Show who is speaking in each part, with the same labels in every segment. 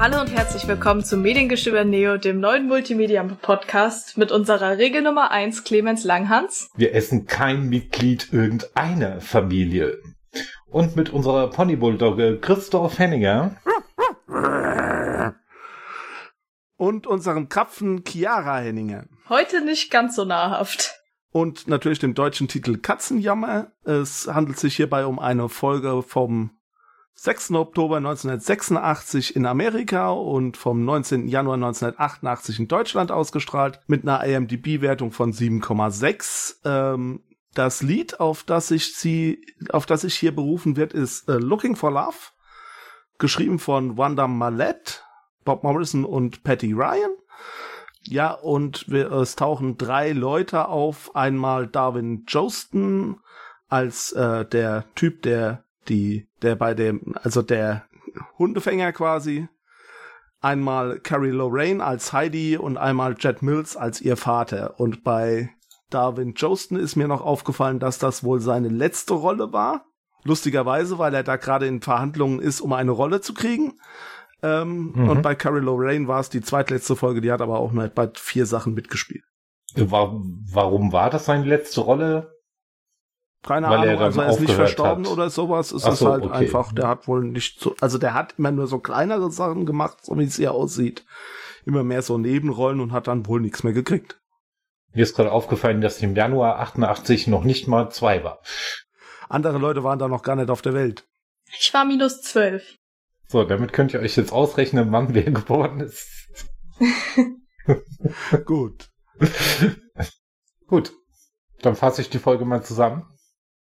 Speaker 1: herzlich willkommen zum Mediengestöber Neo, dem neuen Multimedia-Podcast mit unserer Regel Nummer 1, Clemens Langhans.
Speaker 2: Wir essen kein Mitglied irgendeiner Familie. Und mit unserer Ponybulldogge Christoph Henninger.
Speaker 3: Und unserem Krapfen Chiara Henninger.
Speaker 1: Heute nicht ganz so nahrhaft.
Speaker 3: Und natürlich dem deutschen Titel Katzenjammer. Es handelt sich hierbei um eine Folge vom 6. Oktober 1986 in Amerika und vom 19. Januar 1988 in Deutschland ausgestrahlt mit einer IMDb-Wertung von 7,6. Ähm, das Lied, auf das ich sie, auf das ich hier berufen wird, ist äh, Looking for Love, geschrieben von Wanda Mallett, Bob Morrison und Patty Ryan. Ja, und wir, es tauchen drei Leute auf. Einmal Darwin Joston als äh, der Typ, der die, der bei dem, also der Hundefänger quasi. Einmal Carrie Lorraine als Heidi und einmal Jet Mills als ihr Vater. Und bei Darwin Joston ist mir noch aufgefallen, dass das wohl seine letzte Rolle war. Lustigerweise, weil er da gerade in Verhandlungen ist, um eine Rolle zu kriegen. Ähm,
Speaker 2: Mhm.
Speaker 3: Und bei Carrie Lorraine war es die zweitletzte Folge, die hat aber auch nur bei vier Sachen mitgespielt.
Speaker 2: Wa- Warum war das seine letzte Rolle?
Speaker 3: Keine
Speaker 2: Weil er
Speaker 3: Ahnung,
Speaker 2: dann
Speaker 3: also er ist nicht
Speaker 2: aufgehört
Speaker 3: verstorben
Speaker 2: hat.
Speaker 3: oder sowas. Es
Speaker 2: Ach
Speaker 3: ist
Speaker 2: so,
Speaker 3: halt
Speaker 2: okay.
Speaker 3: einfach, der hat wohl nicht so, also der hat immer nur so kleinere Sachen gemacht, so wie es hier aussieht. Immer mehr so Nebenrollen und hat dann wohl nichts mehr gekriegt.
Speaker 2: Mir ist gerade aufgefallen, dass im Januar 88 noch nicht mal zwei war.
Speaker 3: Andere Leute waren da noch gar nicht auf der Welt.
Speaker 1: Ich war minus 12.
Speaker 2: So, damit könnt ihr euch jetzt ausrechnen, wann wer geboren ist.
Speaker 3: Gut.
Speaker 2: Gut, dann fasse ich die Folge mal zusammen.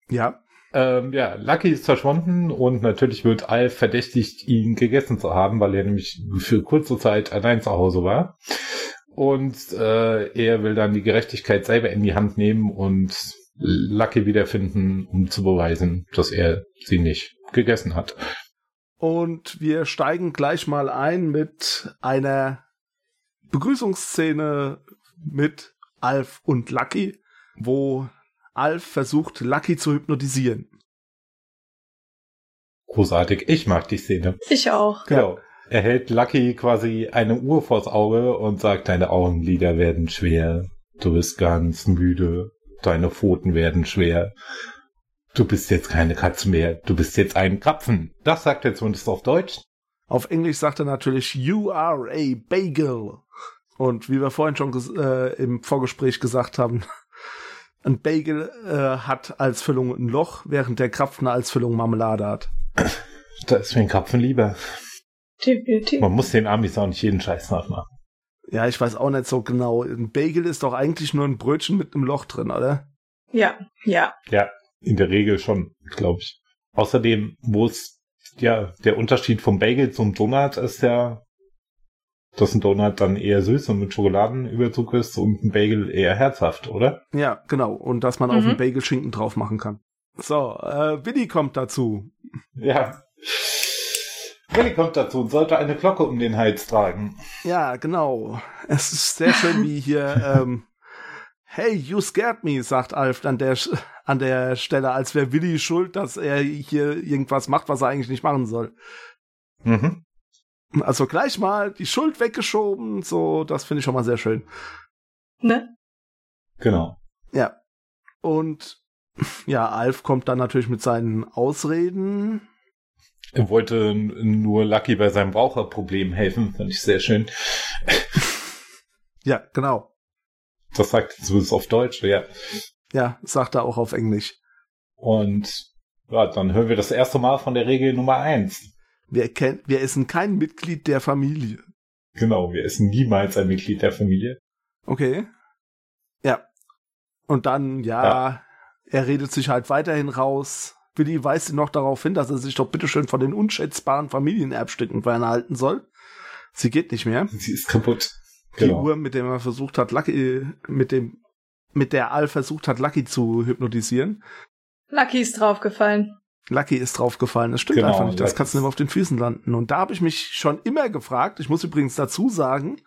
Speaker 3: Ja.
Speaker 2: Ähm, ja, Lucky ist verschwunden und natürlich wird Alf verdächtigt, ihn gegessen zu haben, weil er nämlich für kurze Zeit allein zu Hause war. Und äh, er will dann die Gerechtigkeit selber in die Hand nehmen und Lucky wiederfinden, um zu beweisen, dass er sie nicht gegessen hat.
Speaker 3: Und wir steigen gleich mal ein mit einer Begrüßungsszene mit Alf und Lucky, wo Alf versucht, Lucky zu hypnotisieren.
Speaker 2: Großartig, ich mag die Szene.
Speaker 1: Ich auch.
Speaker 2: Genau. Er hält Lucky quasi eine Uhr vors Auge und sagt, deine Augenlider werden schwer. Du bist ganz müde. Deine Pfoten werden schwer. Du bist jetzt keine Katze mehr. Du bist jetzt ein Krapfen. Das sagt er zumindest auf Deutsch.
Speaker 3: Auf Englisch sagt er natürlich You are a bagel. Und wie wir vorhin schon ges- äh, im Vorgespräch gesagt haben, ein Bagel äh, hat als Füllung ein Loch, während der Krapfen als Füllung Marmelade hat.
Speaker 2: Da ist mir ein Krapfen lieber.
Speaker 1: Definitiv.
Speaker 2: Man muss den Amis auch nicht jeden Scheiß nachmachen.
Speaker 3: Ja, ich weiß auch nicht so genau. Ein Bagel ist doch eigentlich nur ein Brötchen mit einem Loch drin, oder?
Speaker 1: Ja, ja.
Speaker 2: In der Regel schon, glaube ich. Außerdem, wo es, ja, der Unterschied vom Bagel zum Donut ist ja, dass ein Donut dann eher süß und mit Schokoladenüberzug ist und ein Bagel eher herzhaft, oder?
Speaker 3: Ja, genau. Und dass man auf
Speaker 1: Mhm.
Speaker 3: einen Bagel Schinken drauf machen kann. So, äh, Willi kommt dazu.
Speaker 2: Ja. Willi kommt dazu und sollte eine Glocke um den Hals tragen.
Speaker 3: Ja, genau. Es ist sehr schön, wie hier, ähm, hey, you scared me, sagt Alf an der, Sch- an der Stelle, als wäre Willi schuld, dass er hier irgendwas macht, was er eigentlich nicht machen soll.
Speaker 2: Mhm.
Speaker 3: Also gleich mal die Schuld weggeschoben, so, das finde ich schon mal sehr schön.
Speaker 1: Ne?
Speaker 2: Genau.
Speaker 3: Und ja, Alf kommt dann natürlich mit seinen Ausreden.
Speaker 2: Er wollte n- nur Lucky bei seinem Raucherproblem helfen, fand ich sehr schön.
Speaker 3: Ja, genau.
Speaker 2: Das sagt er zumindest auf Deutsch, ja.
Speaker 3: Ja, sagt er auch auf Englisch.
Speaker 2: Und ja, dann hören wir das erste Mal von der Regel Nummer eins.
Speaker 3: Wir, ken- wir essen kein Mitglied der Familie.
Speaker 2: Genau, wir essen niemals ein Mitglied der Familie.
Speaker 3: Okay. Ja. Und dann, ja,
Speaker 2: Ja.
Speaker 3: er redet sich halt weiterhin raus. Willi weist ihn noch darauf hin, dass er sich doch bitteschön von den unschätzbaren Familienerbstücken fernhalten soll. Sie geht nicht mehr.
Speaker 2: Sie ist kaputt. Genau.
Speaker 3: Die Uhr, mit der er versucht hat, Lucky, mit dem, mit der Al versucht hat, Lucky zu hypnotisieren.
Speaker 1: Lucky ist draufgefallen.
Speaker 3: Lucky ist draufgefallen. Das stimmt
Speaker 2: Genau,
Speaker 3: einfach nicht. Das
Speaker 2: Lucky
Speaker 3: kannst du nicht mehr auf den Füßen landen. Und da habe ich mich schon immer gefragt. Ich muss übrigens dazu sagen,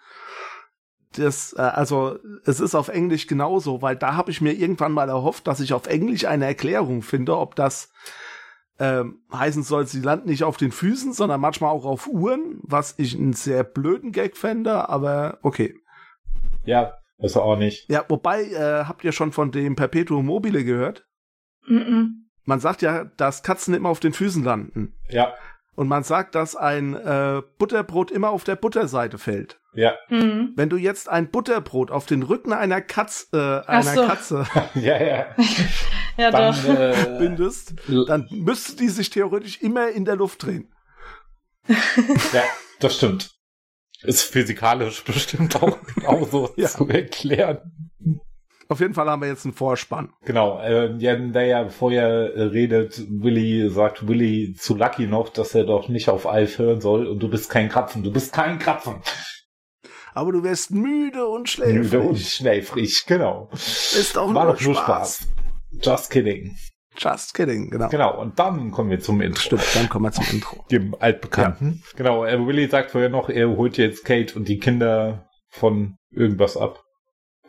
Speaker 3: das, äh, also es ist auf Englisch genauso, weil da habe ich mir irgendwann mal erhofft, dass ich auf Englisch eine Erklärung finde, ob das Ähm, heißen soll, sie landen nicht auf den Füßen, sondern manchmal auch auf Uhren, was ich einen sehr blöden Gag fände, aber okay.
Speaker 2: Ja, das war auch nicht.
Speaker 3: Ja, wobei, äh, habt ihr schon von dem Perpetuum mobile gehört?
Speaker 1: Mhm.
Speaker 3: Man sagt ja, dass Katzen immer auf den Füßen landen.
Speaker 2: Ja,
Speaker 3: Und man sagt, dass ein äh, Butterbrot immer auf der Butterseite fällt.
Speaker 2: ja,
Speaker 1: Mhm.
Speaker 3: Wenn du jetzt ein Butterbrot auf den Rücken einer, Katz, äh, einer
Speaker 1: so.
Speaker 3: Katze
Speaker 2: ja, ja.
Speaker 1: Ja,
Speaker 2: Dann,
Speaker 1: doch.
Speaker 2: äh,
Speaker 3: bindest,
Speaker 2: l-
Speaker 3: dann müsste die sich theoretisch immer in der Luft drehen.
Speaker 2: ja, das stimmt. Genau. Ist physikalisch bestimmt auch, auch so
Speaker 3: Ja.
Speaker 2: zu erklären.
Speaker 3: Auf jeden Fall haben wir jetzt einen Vorspann.
Speaker 2: Genau, äh, ja, naja, bevor er äh, redet, Willy sagt Willy zu Lucky noch, dass er doch nicht auf Alf hören soll und du bist kein Kratzen, du bist kein Kratzen.
Speaker 3: Aber du wirst müde und schläfrig.
Speaker 2: Müde und schläfrig, genau.
Speaker 3: Ist auch
Speaker 2: War
Speaker 3: nur
Speaker 2: doch nur
Speaker 3: Spaß.
Speaker 2: Spaß. Just kidding.
Speaker 3: Just kidding, genau.
Speaker 2: Genau, und dann kommen wir zum Intro.
Speaker 3: Stimmt, dann kommen wir zum Intro.
Speaker 2: Dem Altbekannten. Genau, äh, Willy sagt vorher noch, er holt jetzt Kate und die Kinder von irgendwas ab.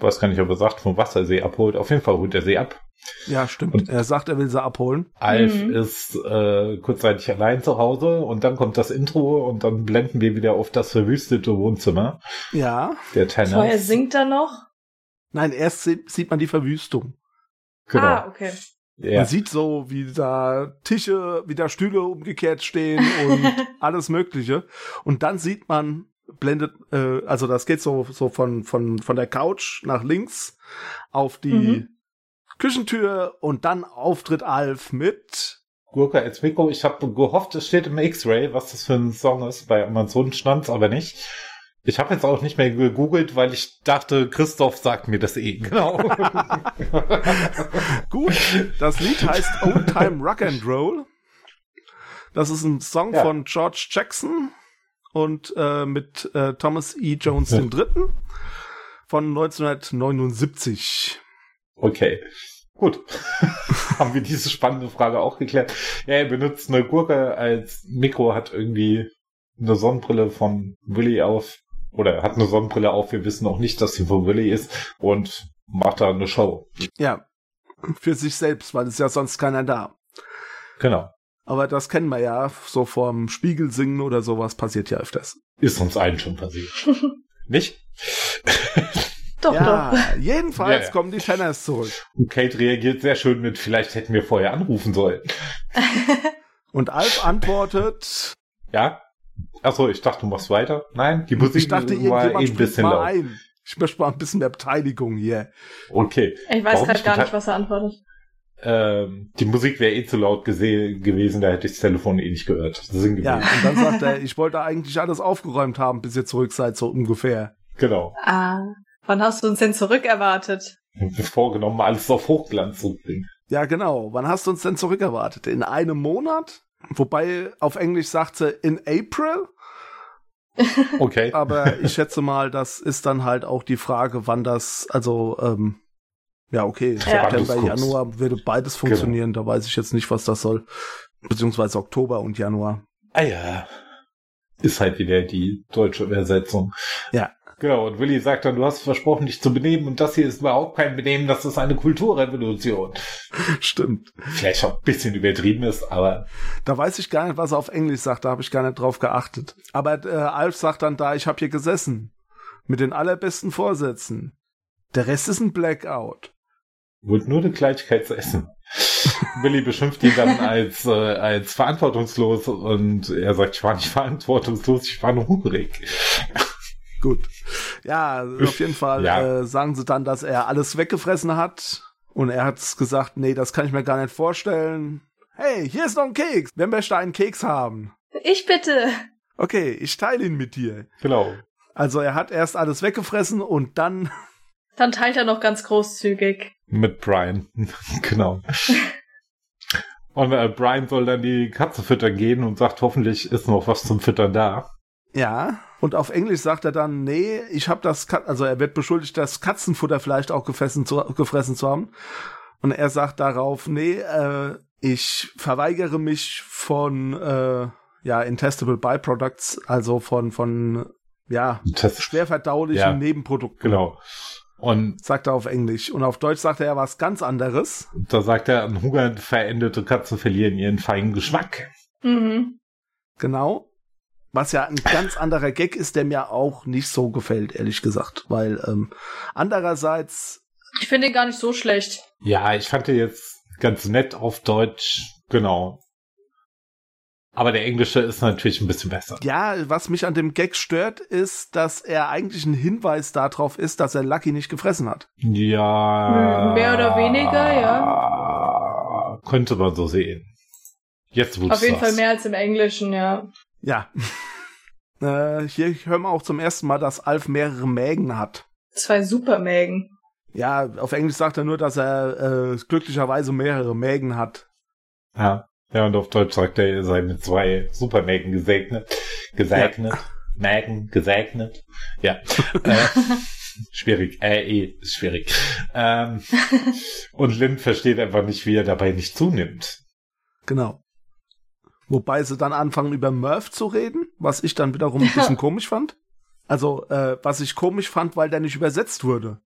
Speaker 2: Weiß gar nicht, ob er sagt, vom Wassersee abholt. Auf jeden Fall holt er sie ab.
Speaker 3: Ja, stimmt. Er sagt, er will sie abholen.
Speaker 2: Alf
Speaker 1: Mhm.
Speaker 2: ist äh, kurzzeitig allein zu Hause und dann kommt das Intro und dann blenden wir wieder auf das verwüstete Wohnzimmer
Speaker 3: Ja.
Speaker 2: der Tanner.
Speaker 1: Vorher singt er noch.
Speaker 3: Nein, erst se- sieht man die Verwüstung.
Speaker 2: Genau.
Speaker 1: Ah, okay.
Speaker 2: ja.
Speaker 3: Man sieht so, wie da Tische, wie da Stühle umgekehrt stehen und alles Mögliche. Und dann sieht man, blendet, äh, also das geht so, so von, von, von der Couch nach links auf die
Speaker 1: Mhm.
Speaker 3: Küchentür und dann auftritt Alf mit.
Speaker 2: Gurka als Mikro. Ich habe gehofft, es steht im X-Ray, was das für ein Song ist. Bei Amazon stand's aber nicht. Ich habe jetzt auch nicht mehr gegoogelt, weil ich dachte, Christoph sagt mir das eh. Genau.
Speaker 3: Gut, das Lied heißt Old Time Rock and Roll. Das ist ein Song
Speaker 2: Ja.
Speaker 3: von George Jackson und äh, mit äh, Thomas E. Jones
Speaker 2: Ja.
Speaker 3: dem Dritten von 1979.
Speaker 2: okay. Gut. Haben wir diese spannende Frage auch geklärt. Ja, er benutzt eine Gurke als Mikro, hat irgendwie eine Sonnenbrille von Willy auf. Oder hat eine Sonnenbrille auf. Wir wissen auch nicht, dass sie von Willy ist. Und macht da eine Show.
Speaker 3: Ja, für sich selbst, weil es ja sonst keiner da.
Speaker 2: Genau.
Speaker 3: Aber das kennen wir ja, so vorm Spiegel singen oder sowas passiert ja öfters.
Speaker 2: Ist uns allen schon passiert. nicht?
Speaker 1: Doch,
Speaker 3: ja,
Speaker 1: doch.
Speaker 3: jedenfalls
Speaker 2: Ja, ja.
Speaker 3: kommen die Tenors zurück.
Speaker 2: Und Kate reagiert sehr schön mit, vielleicht hätten wir vorher anrufen sollen.
Speaker 3: Und Alf antwortet,
Speaker 2: Ja? Achso, ich dachte, du machst weiter. Nein, die Musik
Speaker 3: ich dachte,
Speaker 2: war eh ein
Speaker 3: irgendjemand springt
Speaker 2: bisschen
Speaker 3: mal
Speaker 2: laut.
Speaker 3: ein. Ich möchte mal ein bisschen mehr Beteiligung hier.
Speaker 2: Okay.
Speaker 1: Ich weiß
Speaker 2: Warum
Speaker 1: gerade
Speaker 2: ist
Speaker 1: gar
Speaker 2: total-
Speaker 1: nicht, was er antwortet.
Speaker 2: Ähm, die Musik wäre eh zu laut gese- gewesen, da hätte ich das Telefon eh nicht gehört. Sinn
Speaker 3: Ja,
Speaker 2: gewesen.
Speaker 3: und dann sagt er, ich wollte eigentlich alles aufgeräumt haben, bis ihr zurück seid, so ungefähr.
Speaker 2: Genau.
Speaker 1: Ah. Wann hast du uns denn zurück erwartet?
Speaker 2: Vorgenommen, alles auf Hochglanz zu bringen.
Speaker 3: Ja, genau. Wann hast du uns denn zurückerwartet? In einem Monat? Wobei auf Englisch sagt sie in April.
Speaker 2: Okay.
Speaker 3: Aber ich schätze mal, das ist dann halt auch die Frage, wann das, also, ähm, ja, okay,
Speaker 1: Ja.
Speaker 3: September,
Speaker 2: Wann du's guckst.
Speaker 3: Januar würde beides funktionieren, da weiß ich jetzt nicht, was das soll. Beziehungsweise Oktober und Januar.
Speaker 2: Ah ja. Ist halt wieder die deutsche Übersetzung.
Speaker 3: Ja.
Speaker 2: Genau, und Willi sagt dann, du hast versprochen, dich zu benehmen und das hier ist überhaupt kein Benehmen, das ist eine Kulturrevolution.
Speaker 3: Stimmt.
Speaker 2: Vielleicht auch ein bisschen übertrieben ist, aber
Speaker 3: Da weiß ich gar nicht, was er auf Englisch sagt, da habe ich gar nicht drauf geachtet. Aber äh, Alf sagt dann da, ich habe hier gesessen. Mit den allerbesten Vorsätzen. Der Rest ist ein Blackout.
Speaker 2: Wollte nur eine Kleinigkeit zu essen. Willi beschimpft ihn dann als, äh, als verantwortungslos und er sagt, ich war nicht verantwortungslos, ich war nur hungrig.
Speaker 3: Gut. Ja, auf jeden Fall
Speaker 2: Ja.
Speaker 3: Äh, sagen sie dann, dass er alles weggefressen hat. Und er hat's gesagt, nee, das kann ich mir gar nicht vorstellen. Hey, hier ist noch ein Keks. Wer möchte einen Keks haben?
Speaker 1: Ich bitte.
Speaker 3: Okay, ich teile ihn mit dir.
Speaker 2: Genau.
Speaker 3: Also er hat erst alles weggefressen und dann,
Speaker 1: Dann teilt er noch ganz großzügig.
Speaker 2: Mit Brian. genau. Und äh, Brian soll dann die Katze füttern gehen und sagt, hoffentlich ist noch was zum Füttern da.
Speaker 3: ja. Und auf Englisch sagt er dann, nee, ich habe das, Kat also er wird beschuldigt, das Katzenfutter vielleicht auch gefressen zu, gefressen zu haben. Und er sagt darauf, nee, äh, ich verweigere mich von, äh, ja, Intestable Byproducts, also von, von, ja,
Speaker 2: Das,
Speaker 3: schwer verdaulichen
Speaker 2: Ja.
Speaker 3: Nebenprodukten.
Speaker 2: genau. Und
Speaker 3: sagt er auf Englisch. Und auf Deutsch sagt er ja was ganz anderes.
Speaker 2: da sagt er, an Hunger verendete Katze verlieren ihren feinen Geschmack.
Speaker 1: Mhm.
Speaker 3: Genau. Was ja ein ganz anderer Gag ist, der mir auch nicht so gefällt, ehrlich gesagt. Weil ähm, andererseits,
Speaker 1: Ich finde ihn gar nicht so schlecht.
Speaker 2: Ja, ich fand den jetzt ganz nett auf Deutsch, genau. Aber der Englische ist natürlich ein bisschen besser.
Speaker 3: ja, was mich an dem Gag stört, ist, dass er eigentlich ein Hinweis darauf ist, dass er Lucky nicht gefressen hat.
Speaker 2: Ja.
Speaker 1: Mehr oder weniger,
Speaker 2: ja. Könnte man so sehen. Jetzt wo
Speaker 1: Auf jeden
Speaker 2: das.
Speaker 1: Fall mehr als im Englischen, ja.
Speaker 3: Ja. äh, hier hören wir auch zum ersten Mal, dass Alf mehrere Mägen hat.
Speaker 1: Zwei Supermägen.
Speaker 3: Ja, auf Englisch sagt er nur, dass er äh, glücklicherweise mehrere Mägen hat.
Speaker 2: Ja. ja, und auf Deutsch sagt er, er sei mit zwei Supermägen gesegnet. Gesegnet. Mägen, gesegnet. Ja. äh, schwierig. Äh, eh, ist schwierig. Ähm, und Lind versteht einfach nicht, wie er dabei nicht zunimmt.
Speaker 3: Genau. Wobei sie dann anfangen, über Murph zu reden, was ich dann wiederum ein bisschen komisch fand. Also, äh, was ich komisch fand, weil der nicht übersetzt wurde.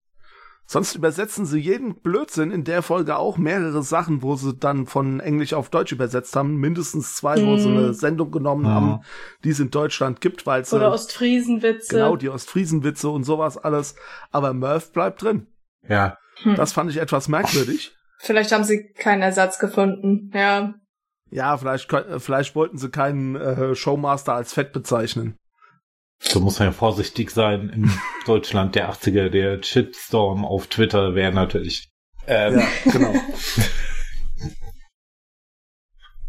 Speaker 3: Sonst übersetzen sie jeden Blödsinn in der Folge auch mehrere Sachen, wo sie dann von Englisch auf Deutsch übersetzt haben. Mindestens zwei, wo sie
Speaker 1: Mhm.
Speaker 3: eine Sendung genommen haben, die es in Deutschland gibt, weil sie
Speaker 1: Oder Ostfriesenwitze.
Speaker 3: genau die Ostfriesenwitze und sowas alles. Aber Murph bleibt drin.
Speaker 2: Ja.
Speaker 1: Hm.
Speaker 3: Das fand ich etwas merkwürdig.
Speaker 1: Vielleicht haben sie keinen Ersatz gefunden. Ja.
Speaker 3: Ja, vielleicht, kö- äh, vielleicht wollten sie keinen äh, Showmaster als fett bezeichnen.
Speaker 2: So muss man ja vorsichtig sein. In Deutschland der 80er, der Shitstorm auf Twitter wäre natürlich ähm,
Speaker 3: Ja, genau.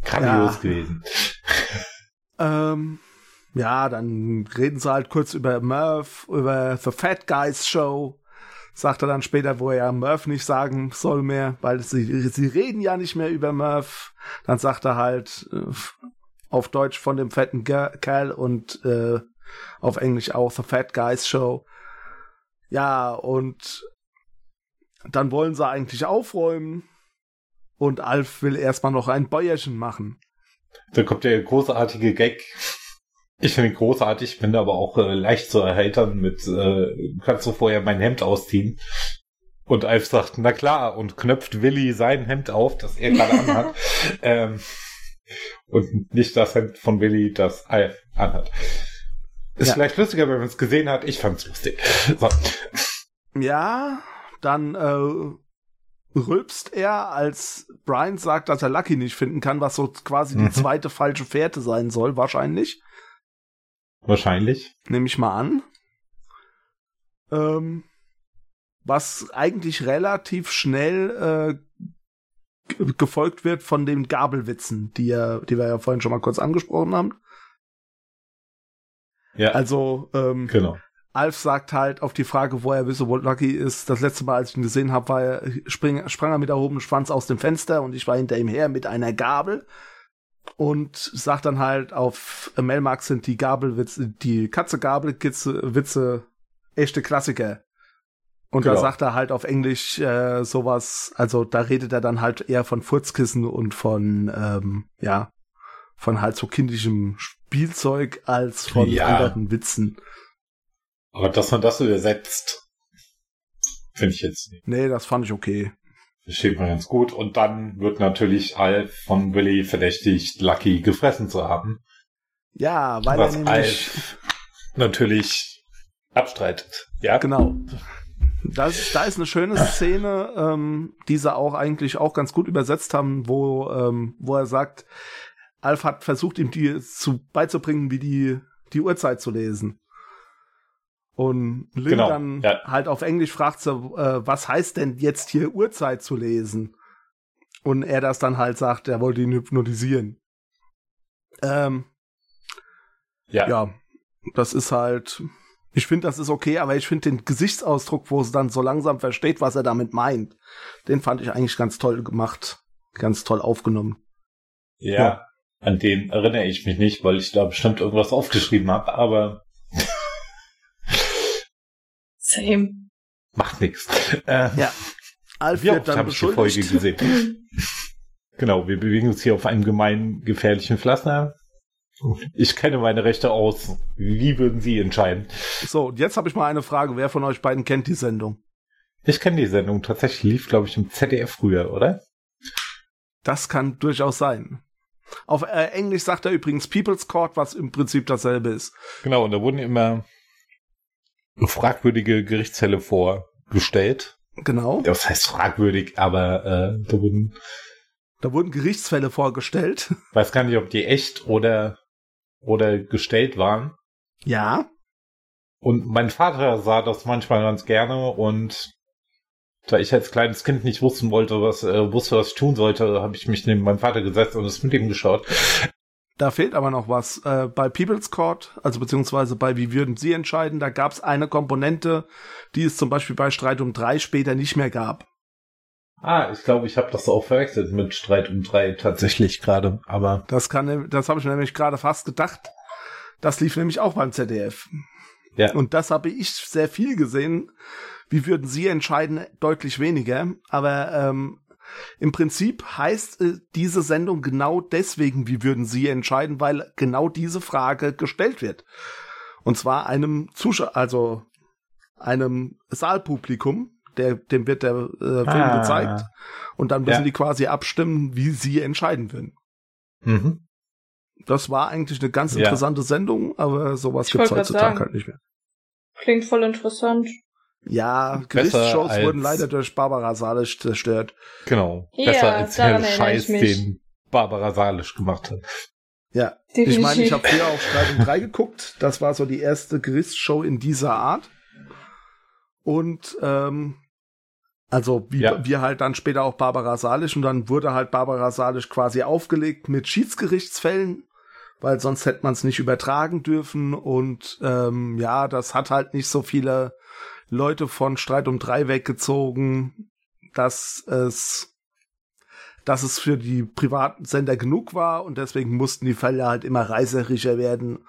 Speaker 2: grandios
Speaker 3: Ja.
Speaker 2: gewesen.
Speaker 3: ähm, ja, dann reden sie halt kurz über Murph, über The Fat Guys Show. Sagt er dann später, wo er ja Murph nicht sagen soll mehr, weil sie, sie reden ja nicht mehr über Murph. Dann sagt er halt äh, auf Deutsch von dem fetten Ger- Kerl und äh, auf Englisch auch The Fat Guys Show. Ja, und dann wollen sie eigentlich aufräumen. Und Alf will erstmal noch ein Bäuerchen machen.
Speaker 2: Da kommt der großartige Gag. Ich finde ihn großartig, bin aber auch äh, leicht zu erheitern mit, äh, kannst du vorher mein Hemd ausziehen? Und Alf sagt, na klar, und knöpft Willi sein Hemd auf, das er gerade anhat. ähm, und nicht das Hemd von Willi, das Alf anhat. Ist
Speaker 3: Ja.
Speaker 2: vielleicht lustiger, wenn man es gesehen hat. Ich fand's lustig. So.
Speaker 3: Ja, dann äh, rülpst er, als Brian sagt, dass er Lucky nicht finden kann, was so quasi die
Speaker 2: Mhm.
Speaker 3: zweite falsche Fährte sein soll, wahrscheinlich.
Speaker 2: Wahrscheinlich.
Speaker 3: Nehme ich mal an. Ähm, was eigentlich relativ schnell äh, g- gefolgt wird von den Gabelwitzen, die, ja, die wir ja vorhin schon mal kurz angesprochen haben.
Speaker 2: Ja,
Speaker 3: Also, ähm,
Speaker 2: genau.
Speaker 3: Alf sagt halt auf die Frage, wo er wisse, wo Lucky ist, das letzte Mal, als ich ihn gesehen habe, war er, spring, sprang er mit erhobenem Schwanz aus dem Fenster und ich war hinter ihm her mit einer Gabel und sagt dann halt, auf Melmark sind die Gabelwitze, die Katze-Gabel-Witze Witze echte Klassiker. Und da
Speaker 2: Genau.
Speaker 3: sagt er halt auf Englisch äh, sowas, also da redet er dann halt eher von Furzkissen und von, ähm, ja, von halt so kindischem Spielzeug als von
Speaker 2: Ja.
Speaker 3: anderen Witzen.
Speaker 2: Aber dass man das übersetzt, finde ich jetzt nicht.
Speaker 3: Nee, das fand ich okay.
Speaker 2: Versteht man ganz gut. Und dann wird natürlich Alf von Willy verdächtigt, Lucky gefressen zu haben.
Speaker 3: Ja, weil
Speaker 2: was
Speaker 3: er nämlich.
Speaker 2: Alf natürlich abstreitet. Ja,
Speaker 3: Genau. Das, da ist eine schöne Szene, ähm, die sie auch eigentlich auch ganz gut übersetzt haben, wo, ähm, wo er sagt, Alf hat versucht, ihm die zu, beizubringen, wie die, die Uhrzeit zu lesen. Und Lynn
Speaker 2: Genau,
Speaker 3: dann
Speaker 2: ja.
Speaker 3: halt auf Englisch fragt sie, äh, was heißt denn jetzt hier Uhrzeit zu lesen? Und er das dann halt sagt, er wollte ihn hypnotisieren. Ähm,
Speaker 2: ja.
Speaker 3: ja, das ist halt, ich finde, das ist okay, aber ich finde den Gesichtsausdruck, wo es dann so langsam versteht, was er damit meint, den fand ich eigentlich ganz toll gemacht, ganz toll aufgenommen.
Speaker 2: Ja.
Speaker 3: Ja.
Speaker 2: An den erinnere ich mich nicht, weil ich da bestimmt irgendwas aufgeschrieben habe, aber
Speaker 1: Same.
Speaker 2: macht nichts. Äh,
Speaker 3: Ja, Alf
Speaker 2: Wie
Speaker 3: wird
Speaker 2: oft
Speaker 3: dann
Speaker 2: habe ich die Folge
Speaker 3: beschuldigt.
Speaker 2: gesehen? Genau, wir bewegen uns hier auf einem gemein gefährlichen Pflaster. Ich kenne meine Rechte aus. Wie würden Sie entscheiden?
Speaker 3: So, und jetzt habe ich mal eine Frage, wer von euch beiden kennt die Sendung?
Speaker 2: Ich kenne die Sendung. Tatsächlich lief, glaube ich, im ZDF früher, oder?
Speaker 3: Das kann durchaus sein. Auf äh, Englisch sagt er übrigens People's Court, was im Prinzip dasselbe ist.
Speaker 2: Genau, und da wurden immer fragwürdige Gerichtshälle vorgestellt.
Speaker 3: Genau.
Speaker 2: Das heißt fragwürdig, aber äh, da wurden,
Speaker 3: Da wurden Gerichtsfälle vorgestellt.
Speaker 2: weiß gar nicht, ob die echt oder, oder gestellt waren.
Speaker 3: Ja.
Speaker 2: Und mein Vater sah das manchmal ganz gerne und da ich als kleines Kind nicht wussten wollte, was äh, wusste, was ich tun sollte, habe ich mich neben meinem Vater gesetzt und es mit ihm geschaut.
Speaker 3: Da fehlt aber noch was. Äh, bei People's Court, also beziehungsweise bei Wie würden Sie entscheiden, da gab es eine Komponente, die es zum Beispiel bei Streit um drei später nicht mehr gab.
Speaker 2: Ah, ich glaube, ich habe das auch verwechselt mit Streit um drei tatsächlich gerade. Aber
Speaker 3: Das kann, das habe ich mir nämlich gerade fast gedacht. Das lief nämlich auch beim ZDF.
Speaker 2: Ja.
Speaker 3: Und das habe ich sehr viel gesehen. Wie würden Sie entscheiden? Deutlich weniger. Aber ähm, im Prinzip heißt äh, diese Sendung genau deswegen, wie würden Sie entscheiden, weil genau diese Frage gestellt wird. Und zwar einem Zuschauer, also einem Saalpublikum, der, dem wird der äh, Film
Speaker 2: Ah.
Speaker 3: gezeigt. Und dann müssen
Speaker 2: Ja.
Speaker 3: die quasi abstimmen, wie sie entscheiden würden.
Speaker 2: mhm.
Speaker 3: Das war eigentlich eine ganz
Speaker 2: Ja.
Speaker 3: interessante Sendung, aber sowas
Speaker 1: Ich wollt
Speaker 3: gibt's
Speaker 1: grad
Speaker 3: heutzutage
Speaker 1: sagen.
Speaker 3: halt nicht mehr.
Speaker 1: Klingt voll interessant.
Speaker 3: Ja,
Speaker 2: Besser
Speaker 3: Gerichtsshows
Speaker 2: als-
Speaker 3: wurden leider durch Barbara Salisch zerstört.
Speaker 2: genau.
Speaker 1: Ja,
Speaker 2: Besser als
Speaker 1: daran
Speaker 2: der
Speaker 1: erinnere ich
Speaker 2: Scheiß,
Speaker 1: mich.
Speaker 2: den Barbara Salisch gemacht hat.
Speaker 3: Ja,
Speaker 1: Definitiv.
Speaker 3: ich meine, ich habe früher auch Streit um drei geguckt. Das war so die erste Gerichtsshow in dieser Art. Und ähm, also wie
Speaker 2: Ja.
Speaker 3: wir halt dann später auch Barbara Salisch und dann wurde halt Barbara Salisch quasi aufgelegt mit Schiedsgerichtsfällen, weil sonst hätte man es nicht übertragen dürfen. Und ähm, ja, das hat halt nicht so viele Leute von Streit um drei weggezogen, dass es dass es für die privaten Sender genug war und deswegen mussten die Fälle halt immer reißerischer werden.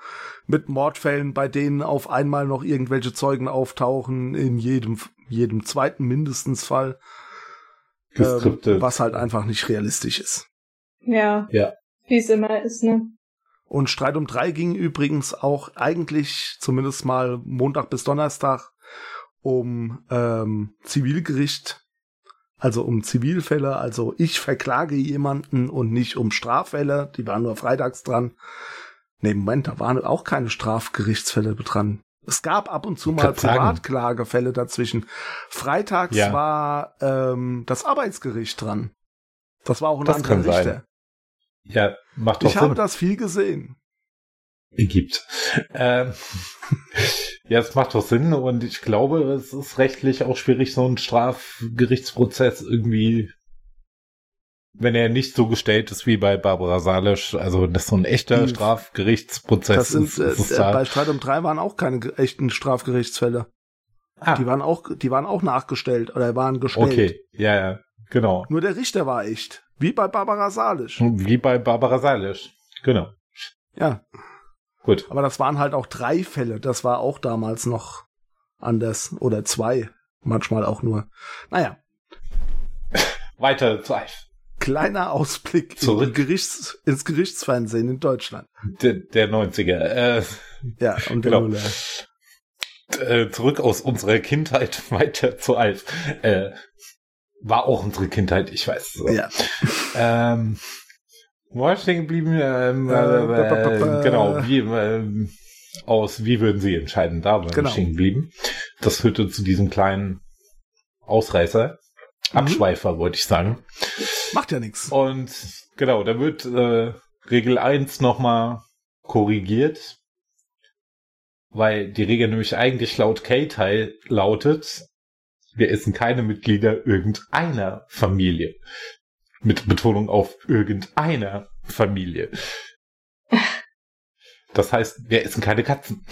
Speaker 3: Mit Mordfällen, bei denen auf einmal noch irgendwelche Zeugen auftauchen, in jedem, jedem zweiten mindestens Fall, ähm,
Speaker 2: Geskriptet.
Speaker 3: was halt einfach nicht realistisch ist.
Speaker 1: Ja.
Speaker 2: Ja.
Speaker 1: Wie es immer ist, ne?
Speaker 3: Und Streit um drei ging übrigens auch eigentlich zumindest mal Montag bis Donnerstag um ähm, Zivilgericht, also um Zivilfälle, also ich verklage jemanden und nicht um Straffälle, die waren nur freitags dran. Nee, Moment, da waren auch keine Strafgerichtsfälle dran. Es gab ab und zu mal
Speaker 2: Kann sagen.
Speaker 3: Privatklagefälle dazwischen. Freitags
Speaker 2: Ja.
Speaker 3: war ähm, das Arbeitsgericht dran. Das war auch ein
Speaker 2: Das
Speaker 3: anderer
Speaker 2: kann sein.
Speaker 3: Richter.
Speaker 2: Ja, macht doch
Speaker 3: Ich habe
Speaker 2: Sinn.
Speaker 3: das viel gesehen.
Speaker 2: gibt. Ähm, ja, es macht doch Sinn und ich glaube, es ist rechtlich auch schwierig, so einen Strafgerichtsprozess irgendwie, wenn er nicht so gestellt ist wie bei Barbara Salisch, also wenn das so ein echter
Speaker 3: Die-
Speaker 2: Strafgerichtsprozess
Speaker 3: Hm. Das sind
Speaker 2: ist, ist es
Speaker 3: äh,
Speaker 2: da-
Speaker 3: bei Streit um drei waren auch keine ge- echten Strafgerichtsfälle.
Speaker 2: ah,
Speaker 3: Die waren auch, die waren auch nachgestellt oder waren gestellt.
Speaker 2: okay, ja, ja, genau.
Speaker 3: Nur der Richter war echt, wie bei Barbara Salisch.
Speaker 2: Wie bei Barbara Salisch, genau.
Speaker 3: Ja,
Speaker 2: Gut.
Speaker 3: aber das waren halt auch drei Fälle. Das war auch damals noch anders oder zwei, manchmal auch nur. Naja,
Speaker 2: Weiter zu Eif.
Speaker 3: kleiner Ausblick in
Speaker 2: Zurück.
Speaker 3: Gerichts, ins Gerichtsfernsehen in Deutschland.
Speaker 2: Der, der 90er. Äh,
Speaker 3: Ja, und der
Speaker 2: Genau.
Speaker 3: Nuller.
Speaker 2: äh, zurück aus unserer Kindheit weiter zu Alf. Äh, war auch unsere Kindheit, ich weiß. So.
Speaker 3: Ja.
Speaker 2: Ähm, wo war ich denn geblieben? Ähm,
Speaker 3: Äh, ba, ba, ba.
Speaker 2: äh, genau, wie, ähm, aus Wie würden Sie entscheiden? Da waren
Speaker 3: Genau.
Speaker 2: wir stehen geblieben. Das führte zu diesem kleinen Ausreißer.
Speaker 3: Mhm.
Speaker 2: Abschweifer, wollte ich sagen.
Speaker 3: Macht ja nichts.
Speaker 2: Und genau, da wird äh, Regel 1 nochmal korrigiert, weil die Regel nämlich eigentlich laut Kate heil- lautet, wir essen keine Mitglieder irgendeiner Familie. Mit Betonung auf irgendeiner Familie. Das heißt, wir essen keine Katzen.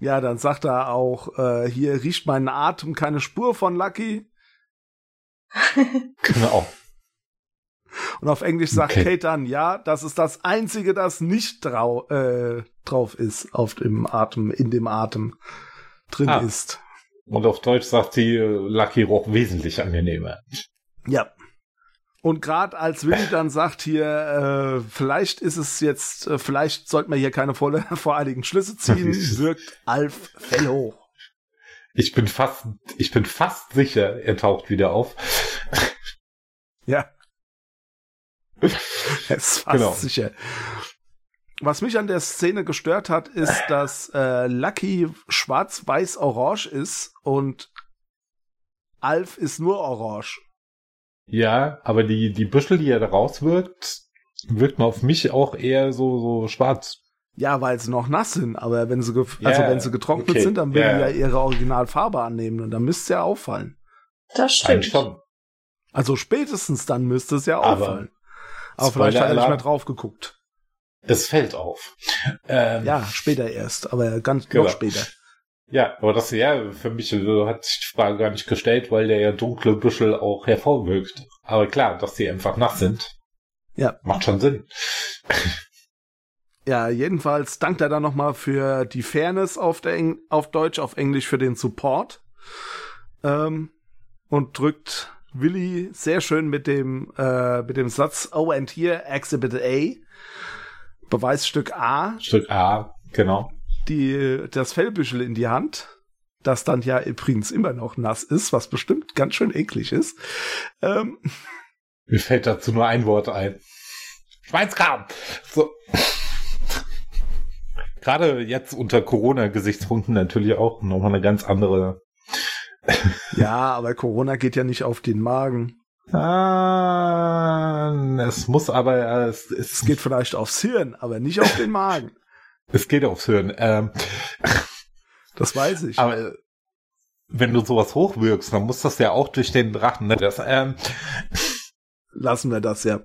Speaker 3: Ja, dann sagt er auch, äh, hier riecht mein Atem keine Spur von Lucky.
Speaker 2: Genau.
Speaker 3: Und auf Englisch sagt
Speaker 2: Okay.
Speaker 3: Kate dann, ja, das ist das Einzige, das nicht drau äh, drauf ist, auf dem Atem, in dem Atem drin
Speaker 2: Ah.
Speaker 3: ist.
Speaker 2: Und auf Deutsch sagt sie, äh, Lucky roch wesentlich angenehmer.
Speaker 3: Ja. Und gerade als Willi dann sagt hier, äh, vielleicht ist es jetzt, äh, vielleicht sollten wir hier keine volle, voreiligen Schlüsse ziehen, wirkt Alf fellhoch.
Speaker 2: Ich bin fast, ich bin fast sicher, er taucht wieder auf.
Speaker 3: Ja. Es ist fast
Speaker 2: Genau.
Speaker 3: sicher. Was mich an der Szene gestört hat, ist, dass äh, Lucky schwarz-weiß-orange ist und Alf ist nur orange.
Speaker 2: Ja, aber die, die Büschel, die er da rauswirkt, wirkt mal auf mich auch eher so, so schwarz.
Speaker 3: Ja, weil sie noch nass sind, aber wenn sie, ge-
Speaker 2: Ja,
Speaker 3: also wenn sie getrocknet
Speaker 2: okay,
Speaker 3: sind, dann werden
Speaker 2: ja.
Speaker 3: die ja ihre Originalfarbe annehmen und dann müsste es ja auffallen.
Speaker 1: Das
Speaker 2: Eigentlich
Speaker 1: stimmt.
Speaker 2: schon.
Speaker 3: Also spätestens dann müsste es ja
Speaker 2: Aber-
Speaker 3: auffallen. Aber, vielleicht hat er nicht
Speaker 2: Spoiler-Alarm.
Speaker 3: mehr drauf geguckt.
Speaker 2: Es fällt auf. Ähm,
Speaker 3: Ja, später erst, aber ganz
Speaker 2: Genau.
Speaker 3: noch später.
Speaker 2: Ja, aber das ja, für mich äh, hat sich die Frage gar nicht gestellt, weil der ja dunkle Büschel auch hervorwirkt. Aber klar, dass die einfach nass sind.
Speaker 3: Ja.
Speaker 2: Macht schon Sinn.
Speaker 3: Ja, jedenfalls dankt er dann nochmal für die Fairness auf, der Eng auf Deutsch, auf Englisch für den Support. Ähm, und drückt Willi sehr schön mit dem, äh, mit dem Satz Oh, and here, Exhibit A. Beweisstück A,
Speaker 2: Stück A, genau.
Speaker 3: die, das Fellbüschel in die Hand, das dann ja übrigens immer noch nass ist, was bestimmt ganz schön eklig ist. Ähm,
Speaker 2: Mir fällt dazu nur ein Wort ein. Schweinskram! So. Gerade jetzt unter Corona-Gesichtspunkten natürlich auch nochmal eine ganz andere.
Speaker 3: ja, aber Corona geht ja nicht auf den Magen.
Speaker 2: Ah, es muss aber, äh, es, es,
Speaker 3: Es geht vielleicht aufs Hirn, aber nicht auf den Magen.
Speaker 2: es geht aufs Hören. Ähm,
Speaker 3: Das weiß ich.
Speaker 2: Aber äh, wenn du sowas hochwirkst, dann muss das ja auch durch den Drachen. Ne? Das, ähm,
Speaker 3: Lassen wir das ja.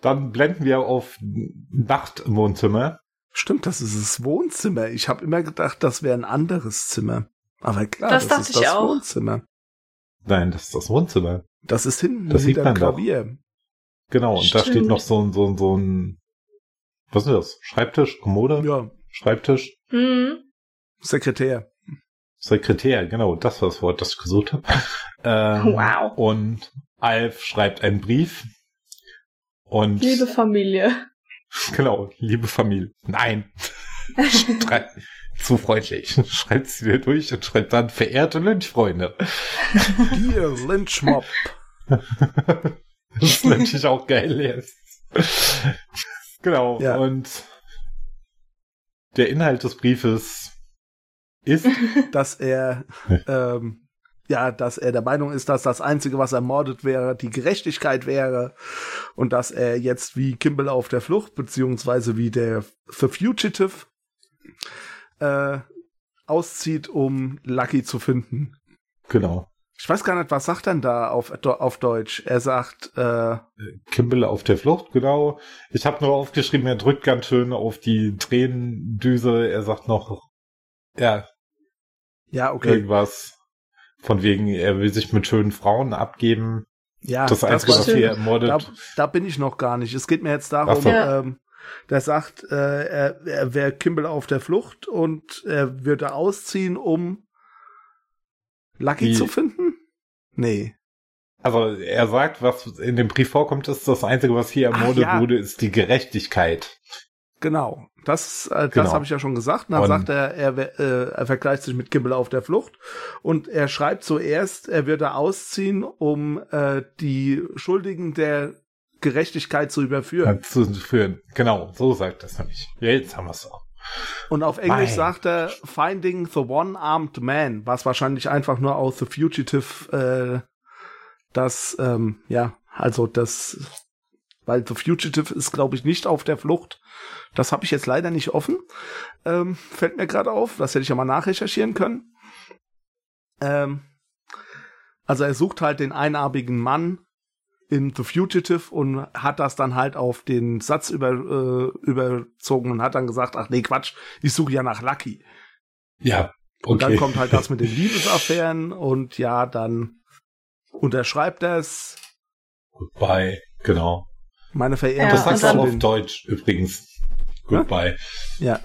Speaker 2: dann blenden wir auf Nacht im Wohnzimmer.
Speaker 3: Stimmt, das ist das Wohnzimmer. Ich habe immer gedacht, das wäre ein anderes Zimmer. Aber klar, das,
Speaker 1: Das dachte
Speaker 3: ist
Speaker 1: ich
Speaker 3: das
Speaker 1: auch.
Speaker 3: Wohnzimmer.
Speaker 2: Nein, das ist das Wohnzimmer.
Speaker 3: Das ist hinten
Speaker 2: Das sieht man
Speaker 3: hinter dem
Speaker 2: doch.
Speaker 3: Klavier.
Speaker 2: Genau, und da
Speaker 1: Stimmt.
Speaker 2: steht noch so ein, so ein, so ein, was ist das? Schreibtisch, Kommode,
Speaker 3: Ja,
Speaker 2: Schreibtisch,
Speaker 1: Hm.
Speaker 3: Sekretär.
Speaker 2: Sekretär, genau, das war das Wort, das ich gesucht habe. Ähm,
Speaker 1: Wow.
Speaker 2: Und Alf schreibt einen Brief. Und
Speaker 1: Liebe Familie.
Speaker 2: Genau, liebe Familie. Nein. Schrei- Zu freundlich. Schreibt sie dir durch und schreibt dann verehrte Lynchfreunde.
Speaker 3: Dear Lynch Mob.
Speaker 2: Das ist natürlich auch geil jetzt. Genau,
Speaker 3: Ja.
Speaker 2: und der Inhalt des Briefes ist,
Speaker 3: dass er, ähm, ja, dass er der Meinung ist, dass das Einzige, was ermordet wäre, die Gerechtigkeit wäre und dass er jetzt wie Kimball auf der Flucht, beziehungsweise wie der The Fugitive, äh, auszieht, um Lucky zu finden.
Speaker 2: genau,
Speaker 3: Ich weiß gar nicht, was sagt denn da auf, auf Deutsch? Er sagt, äh,
Speaker 2: Kimball auf der Flucht, genau. Ich habe nur aufgeschrieben, er drückt ganz schön auf die Tränendüse. Er sagt noch, ja,
Speaker 3: ja,
Speaker 2: Äh,
Speaker 3: okay.
Speaker 2: irgendwas von wegen, er will sich mit schönen Frauen abgeben.
Speaker 3: Ja,
Speaker 2: das Einzige,
Speaker 1: war-
Speaker 2: was hier
Speaker 3: da,
Speaker 2: ermordet.
Speaker 3: da bin ich noch gar nicht. Es geht mir jetzt darum,
Speaker 2: Ach so.
Speaker 1: Ja.
Speaker 3: ähm, der sagt, äh, er, er wäre Kimball auf der Flucht und er würde ausziehen, um Lucky
Speaker 2: Die-
Speaker 3: zu finden? Nee.
Speaker 2: Also er sagt, was in dem Brief vorkommt, ist das Einzige, was hier
Speaker 3: Ach,
Speaker 2: ermordet
Speaker 3: ja.
Speaker 2: wurde, ist die Gerechtigkeit.
Speaker 3: Genau, das, äh, das
Speaker 2: Genau.
Speaker 3: habe ich ja schon gesagt. Und dann
Speaker 2: Und-
Speaker 3: sagt er, er, wär- äh, er vergleicht sich mit Kimball auf der Flucht und er schreibt zuerst, er würde ausziehen, um äh, die Schuldigen der Gerechtigkeit zu überführen.
Speaker 2: Dazu zu führen. Genau, so sagt das nämlich. Ja, jetzt haben wir es auch.
Speaker 3: Und auf Englisch
Speaker 2: Mein.
Speaker 3: sagt er Finding the One-Armed Man, was wahrscheinlich einfach nur aus The Fugitive äh, das, ähm, ja, also das, weil The Fugitive ist, glaube ich, nicht auf der Flucht. Das habe ich jetzt leider nicht offen. Ähm, fällt mir gerade auf, das hätte ich ja mal nachrecherchieren können. Ähm, also er sucht halt den einarmigen Mann in The Fugitive und hat das dann halt auf den Satz über, äh, überzogen und hat dann gesagt, ach nee, Quatsch, ich suche ja nach Lucky.
Speaker 2: Ja, okay.
Speaker 3: Und dann kommt halt das mit den Liebesaffären und ja, dann unterschreibt er es.
Speaker 2: Goodbye, genau.
Speaker 3: Meine
Speaker 1: Ja,
Speaker 3: Verehrung
Speaker 2: das
Speaker 1: und
Speaker 2: sagst
Speaker 3: bis
Speaker 2: du
Speaker 1: dann-
Speaker 2: auch
Speaker 3: zu
Speaker 2: auf
Speaker 3: den,
Speaker 2: Deutsch übrigens. Goodbye.
Speaker 3: ja,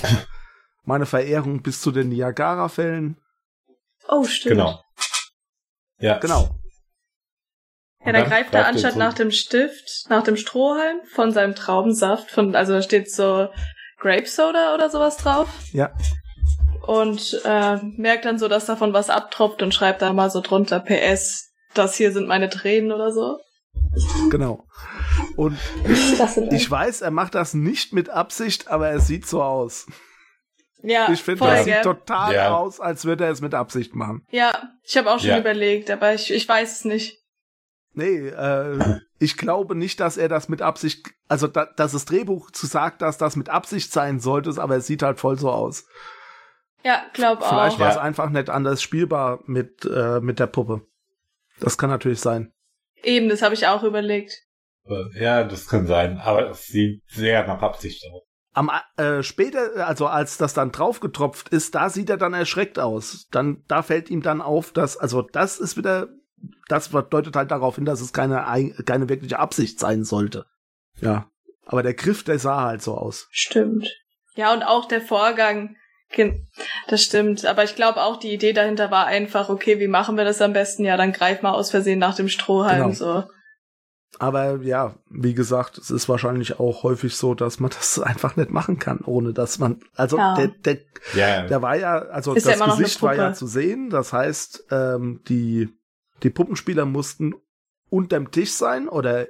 Speaker 3: meine Verehrung bis zu den Niagara-Fällen.
Speaker 1: Oh, stimmt.
Speaker 2: Genau. Ja.
Speaker 3: Genau.
Speaker 1: Ja,
Speaker 2: Und
Speaker 1: da
Speaker 2: dann
Speaker 1: greift er
Speaker 2: greift
Speaker 1: anstatt
Speaker 2: so-
Speaker 1: nach dem Stift, nach dem Strohhalm von seinem Traubensaft, von, also da steht so Grape Soda oder sowas drauf.
Speaker 3: Ja.
Speaker 1: und äh, merkt dann so, dass davon was abtropft und schreibt da mal so drunter PS, das hier sind meine Tränen oder so.
Speaker 3: Genau. Und
Speaker 4: Das sind
Speaker 3: ich weiß, er macht das nicht mit Absicht, aber es sieht so aus.
Speaker 1: Ja,
Speaker 3: ich finde,
Speaker 1: voll,
Speaker 3: das
Speaker 1: gell?
Speaker 3: sieht total
Speaker 2: Ja.
Speaker 3: aus, als würde er es mit Absicht machen.
Speaker 1: Ja, ich habe auch schon
Speaker 2: Ja.
Speaker 1: überlegt, aber ich, ich weiß es nicht.
Speaker 3: Nee, äh, ich glaube nicht, dass er das mit Absicht, also da, dass das Drehbuch zu sagt, dass das mit Absicht sein sollte, aber es sieht halt voll so aus.
Speaker 1: Ja, glaub
Speaker 3: Vielleicht
Speaker 1: auch.
Speaker 3: war es
Speaker 2: Ja.
Speaker 3: einfach nicht anders spielbar mit, äh, mit der Puppe. Das kann natürlich sein.
Speaker 1: Eben, das habe ich auch überlegt.
Speaker 2: Äh, Ja, das kann sein, aber es sieht sehr nach Absicht aus.
Speaker 3: Am A- äh, später, also als das dann draufgetropft ist, da sieht er dann erschreckt aus. Dann da fällt ihm dann auf, dass also das ist wieder das deutet halt darauf hin, dass es keine ei- keine wirkliche Absicht sein sollte. Ja, aber der Griff, der sah halt so aus.
Speaker 4: Stimmt.
Speaker 1: Ja, und auch der Vorgang. Gen- Das stimmt. Aber ich glaube auch, die Idee dahinter war einfach, okay, wie machen wir das am besten? Ja, dann greif mal aus Versehen nach dem Strohhalm.
Speaker 3: Genau.
Speaker 1: So.
Speaker 3: Aber ja, wie gesagt, es ist wahrscheinlich auch häufig so, dass man das einfach nicht machen kann, ohne dass man also
Speaker 1: Ja.
Speaker 3: der, der
Speaker 2: Ja,
Speaker 3: Der war ja, also
Speaker 1: Ist ja
Speaker 3: das
Speaker 1: immer noch eine
Speaker 3: Gesicht war ja
Speaker 1: Puppe.
Speaker 3: zu sehen. Das heißt, ähm, die, die Puppenspieler mussten unterm Tisch sein oder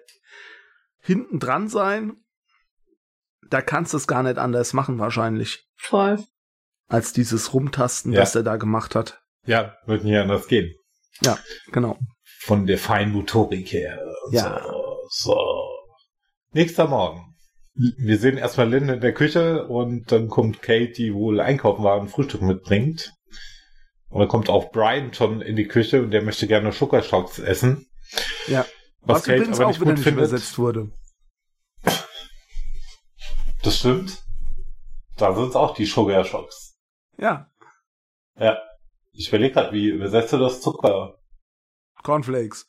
Speaker 3: hinten dran sein. Da kannst du es gar nicht anders machen, wahrscheinlich,
Speaker 1: Voll.
Speaker 3: als dieses Rumtasten,
Speaker 2: Ja.
Speaker 3: das der da gemacht hat.
Speaker 2: ja, wird nicht anders gehen.
Speaker 3: Genau.
Speaker 2: Von der Feinmotorik her.
Speaker 3: Ja.
Speaker 2: So, so. Nächster Morgen. Wir sehen erstmal Lynn in der Küche und dann kommt Kate, die wohl einkaufen war und Frühstück mitbringt. Und dann kommt auch Brian schon in die Küche und der möchte gerne Schokostops essen.
Speaker 3: Ja.
Speaker 2: Was,
Speaker 3: Was,
Speaker 2: Kate
Speaker 3: übrigens
Speaker 2: aber
Speaker 3: auch
Speaker 2: nicht
Speaker 3: wieder
Speaker 2: gut
Speaker 3: nicht
Speaker 2: findet.
Speaker 3: übersetzt wurde.
Speaker 2: Das stimmt. Da sind auch die Sugar Shocks.
Speaker 3: Ja,
Speaker 2: Ich überlege gerade, wie übersetzt du das Zucker?
Speaker 3: Cornflakes.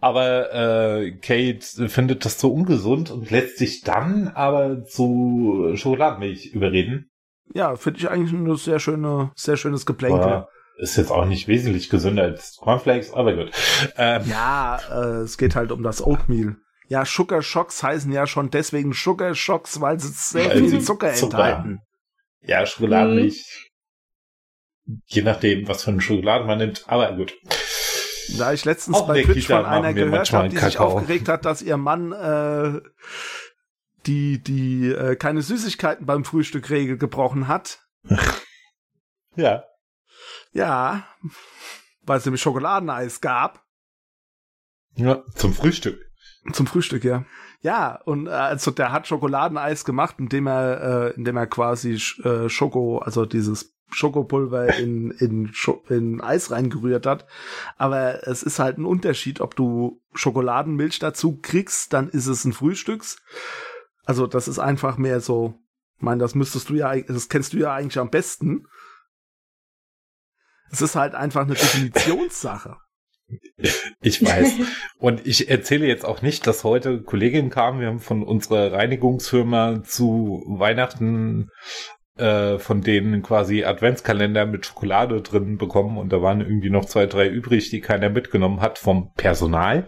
Speaker 2: Aber äh, Kate findet das so ungesund und lässt sich dann aber zu Schokoladenmilch überreden.
Speaker 3: Ja, finde ich eigentlich eine sehr schöne, sehr schönes Geplänkel.
Speaker 2: Aber Ist jetzt auch nicht wesentlich gesünder als Cornflakes, aber gut. Ähm,
Speaker 3: Ja, äh, es geht halt um das Oatmeal. Ja, Sugar Shocks heißen ja schon deswegen Sugar Shocks, weil sie sehr
Speaker 2: Weil
Speaker 3: viel
Speaker 2: sie
Speaker 3: Zucker
Speaker 2: Zucker
Speaker 3: enthalten.
Speaker 2: ja, Schokoladenmilch. Je nachdem, was für eine Schokolade man nimmt, aber gut.
Speaker 3: Da ich letztens
Speaker 2: Auch
Speaker 3: bei
Speaker 2: der
Speaker 3: Twitch
Speaker 2: Kita
Speaker 3: von einer
Speaker 2: machen wir
Speaker 3: gehört
Speaker 2: manchmal
Speaker 3: habe, die sich
Speaker 2: Kakao.
Speaker 3: aufgeregt hat, dass ihr Mann äh, die, die äh, keine Süßigkeiten beim Frühstück Regel gebrochen hat.
Speaker 2: Ja.
Speaker 3: Ja, weil es nämlich Schokoladeneis gab.
Speaker 2: ja. Zum Frühstück.
Speaker 3: Zum Frühstück, ja. Ja, und äh, also der hat Schokoladeneis gemacht, indem er, äh, indem er quasi Sch äh, Schoko, also dieses Schokopulver in, in, Scho in Eis reingerührt hat. Aber es ist halt ein Unterschied, ob du Schokoladenmilch dazu kriegst, dann ist es ein Frühstücks. Also das ist einfach mehr so, ich meine, das müsstest du ja, eig- das kennst du ja eigentlich am besten. Es ist halt einfach eine Definitionssache.
Speaker 2: Ich weiß. Und ich erzähle jetzt auch nicht, dass heute Kolleginnen kamen. Wir haben von unserer Reinigungsfirma zu Weihnachten äh, von denen quasi Adventskalender mit Schokolade drin bekommen. Und da waren irgendwie noch zwei, drei übrig, die keiner mitgenommen hat vom Personal.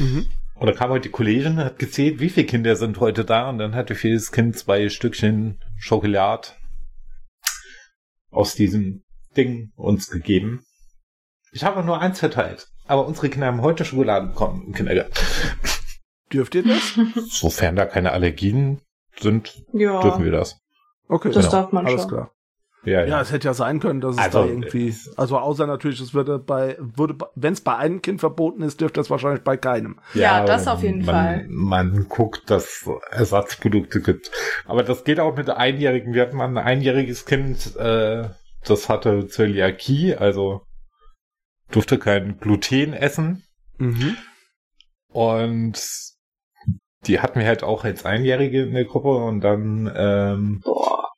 Speaker 3: Mhm.
Speaker 2: Und da kam heute die Kollegin, hat gezählt, wie viele Kinder sind heute da. Und dann hatte für jedes Kind zwei Stückchen Schokolade aus diesem Ding uns gegeben. Ich habe nur eins verteilt. Aber unsere Kinder haben heute Schokolade bekommen im Kindergarten.
Speaker 3: Dürft ihr das?
Speaker 2: Sofern da keine Allergien sind,
Speaker 1: Ja,
Speaker 2: dürfen wir das.
Speaker 3: Okay,
Speaker 1: das
Speaker 2: genau.
Speaker 1: darf man
Speaker 3: alles
Speaker 1: schon.
Speaker 3: klar.
Speaker 2: Ja,
Speaker 3: Ja,
Speaker 2: ja.
Speaker 3: es hätte ja sein können, dass es
Speaker 2: Also,
Speaker 3: da irgendwie, also außer natürlich, es würde bei, würde, wenn es bei einem Kind verboten ist, dürfte es wahrscheinlich bei keinem.
Speaker 1: Ja, das auf jeden
Speaker 2: man,
Speaker 1: Fall.
Speaker 2: Man guckt, dass Ersatzprodukte gibt. Aber das geht auch mit Einjährigen. Wir hatten mal ein einjähriges Kind, äh, das hatte Zöliakie, also durfte kein Gluten essen.
Speaker 3: Mhm.
Speaker 2: Und die hatten wir halt auch als Einjährige in der Gruppe und dann ähm,
Speaker 1: Boah.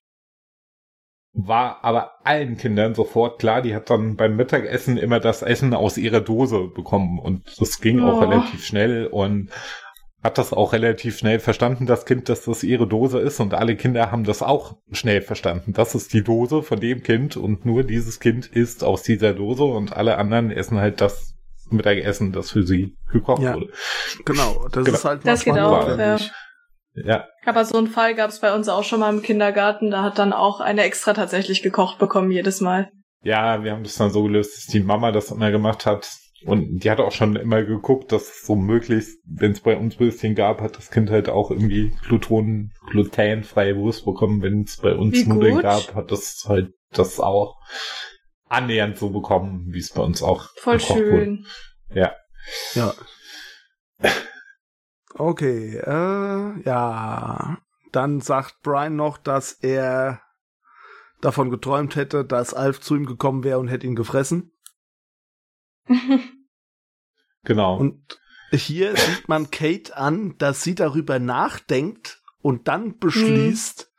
Speaker 2: war aber allen Kindern sofort klar, die hat dann beim Mittagessen immer das Essen aus ihrer Dose bekommen und das ging auch
Speaker 1: Oh.
Speaker 2: relativ schnell und hat das auch relativ schnell verstanden, das Kind, dass das ihre Dose ist und alle Kinder haben das auch schnell verstanden. Das ist die Dose von dem Kind und nur dieses Kind isst aus dieser Dose und alle anderen essen halt das Mittagessen, das für sie gekocht
Speaker 3: Ja.
Speaker 2: wurde.
Speaker 3: Genau, das
Speaker 2: Genau.
Speaker 3: ist halt
Speaker 1: Das geht
Speaker 3: manchmal
Speaker 2: auch,
Speaker 3: notwendig.
Speaker 2: Ja.
Speaker 1: Aber so einen Fall gab es bei uns auch schon mal im Kindergarten. Da hat dann auch eine extra tatsächlich gekocht bekommen, jedes Mal.
Speaker 2: Ja, wir haben das dann so gelöst, dass die Mama das immer gemacht hat. Und die hat auch schon immer geguckt, dass so möglichst, wenn es bei uns Würstchen gab, hat das Kind halt auch irgendwie Gluton, glutenfreie Wurst bekommen. Wenn es bei uns
Speaker 1: Wie
Speaker 2: Nudeln
Speaker 1: gut.
Speaker 2: gab, hat das halt das auch annähernd so bekommen, wie es bei uns auch
Speaker 1: Voll
Speaker 2: gekocht wurde.
Speaker 1: schön.
Speaker 3: Ja. Okay, äh, ja. Dann sagt Brian noch, dass er davon geträumt hätte, dass Alf zu ihm gekommen wäre und hätte ihn gefressen.
Speaker 2: Genau.
Speaker 3: Und hier sieht man Kate an, dass sie darüber nachdenkt und dann beschließt,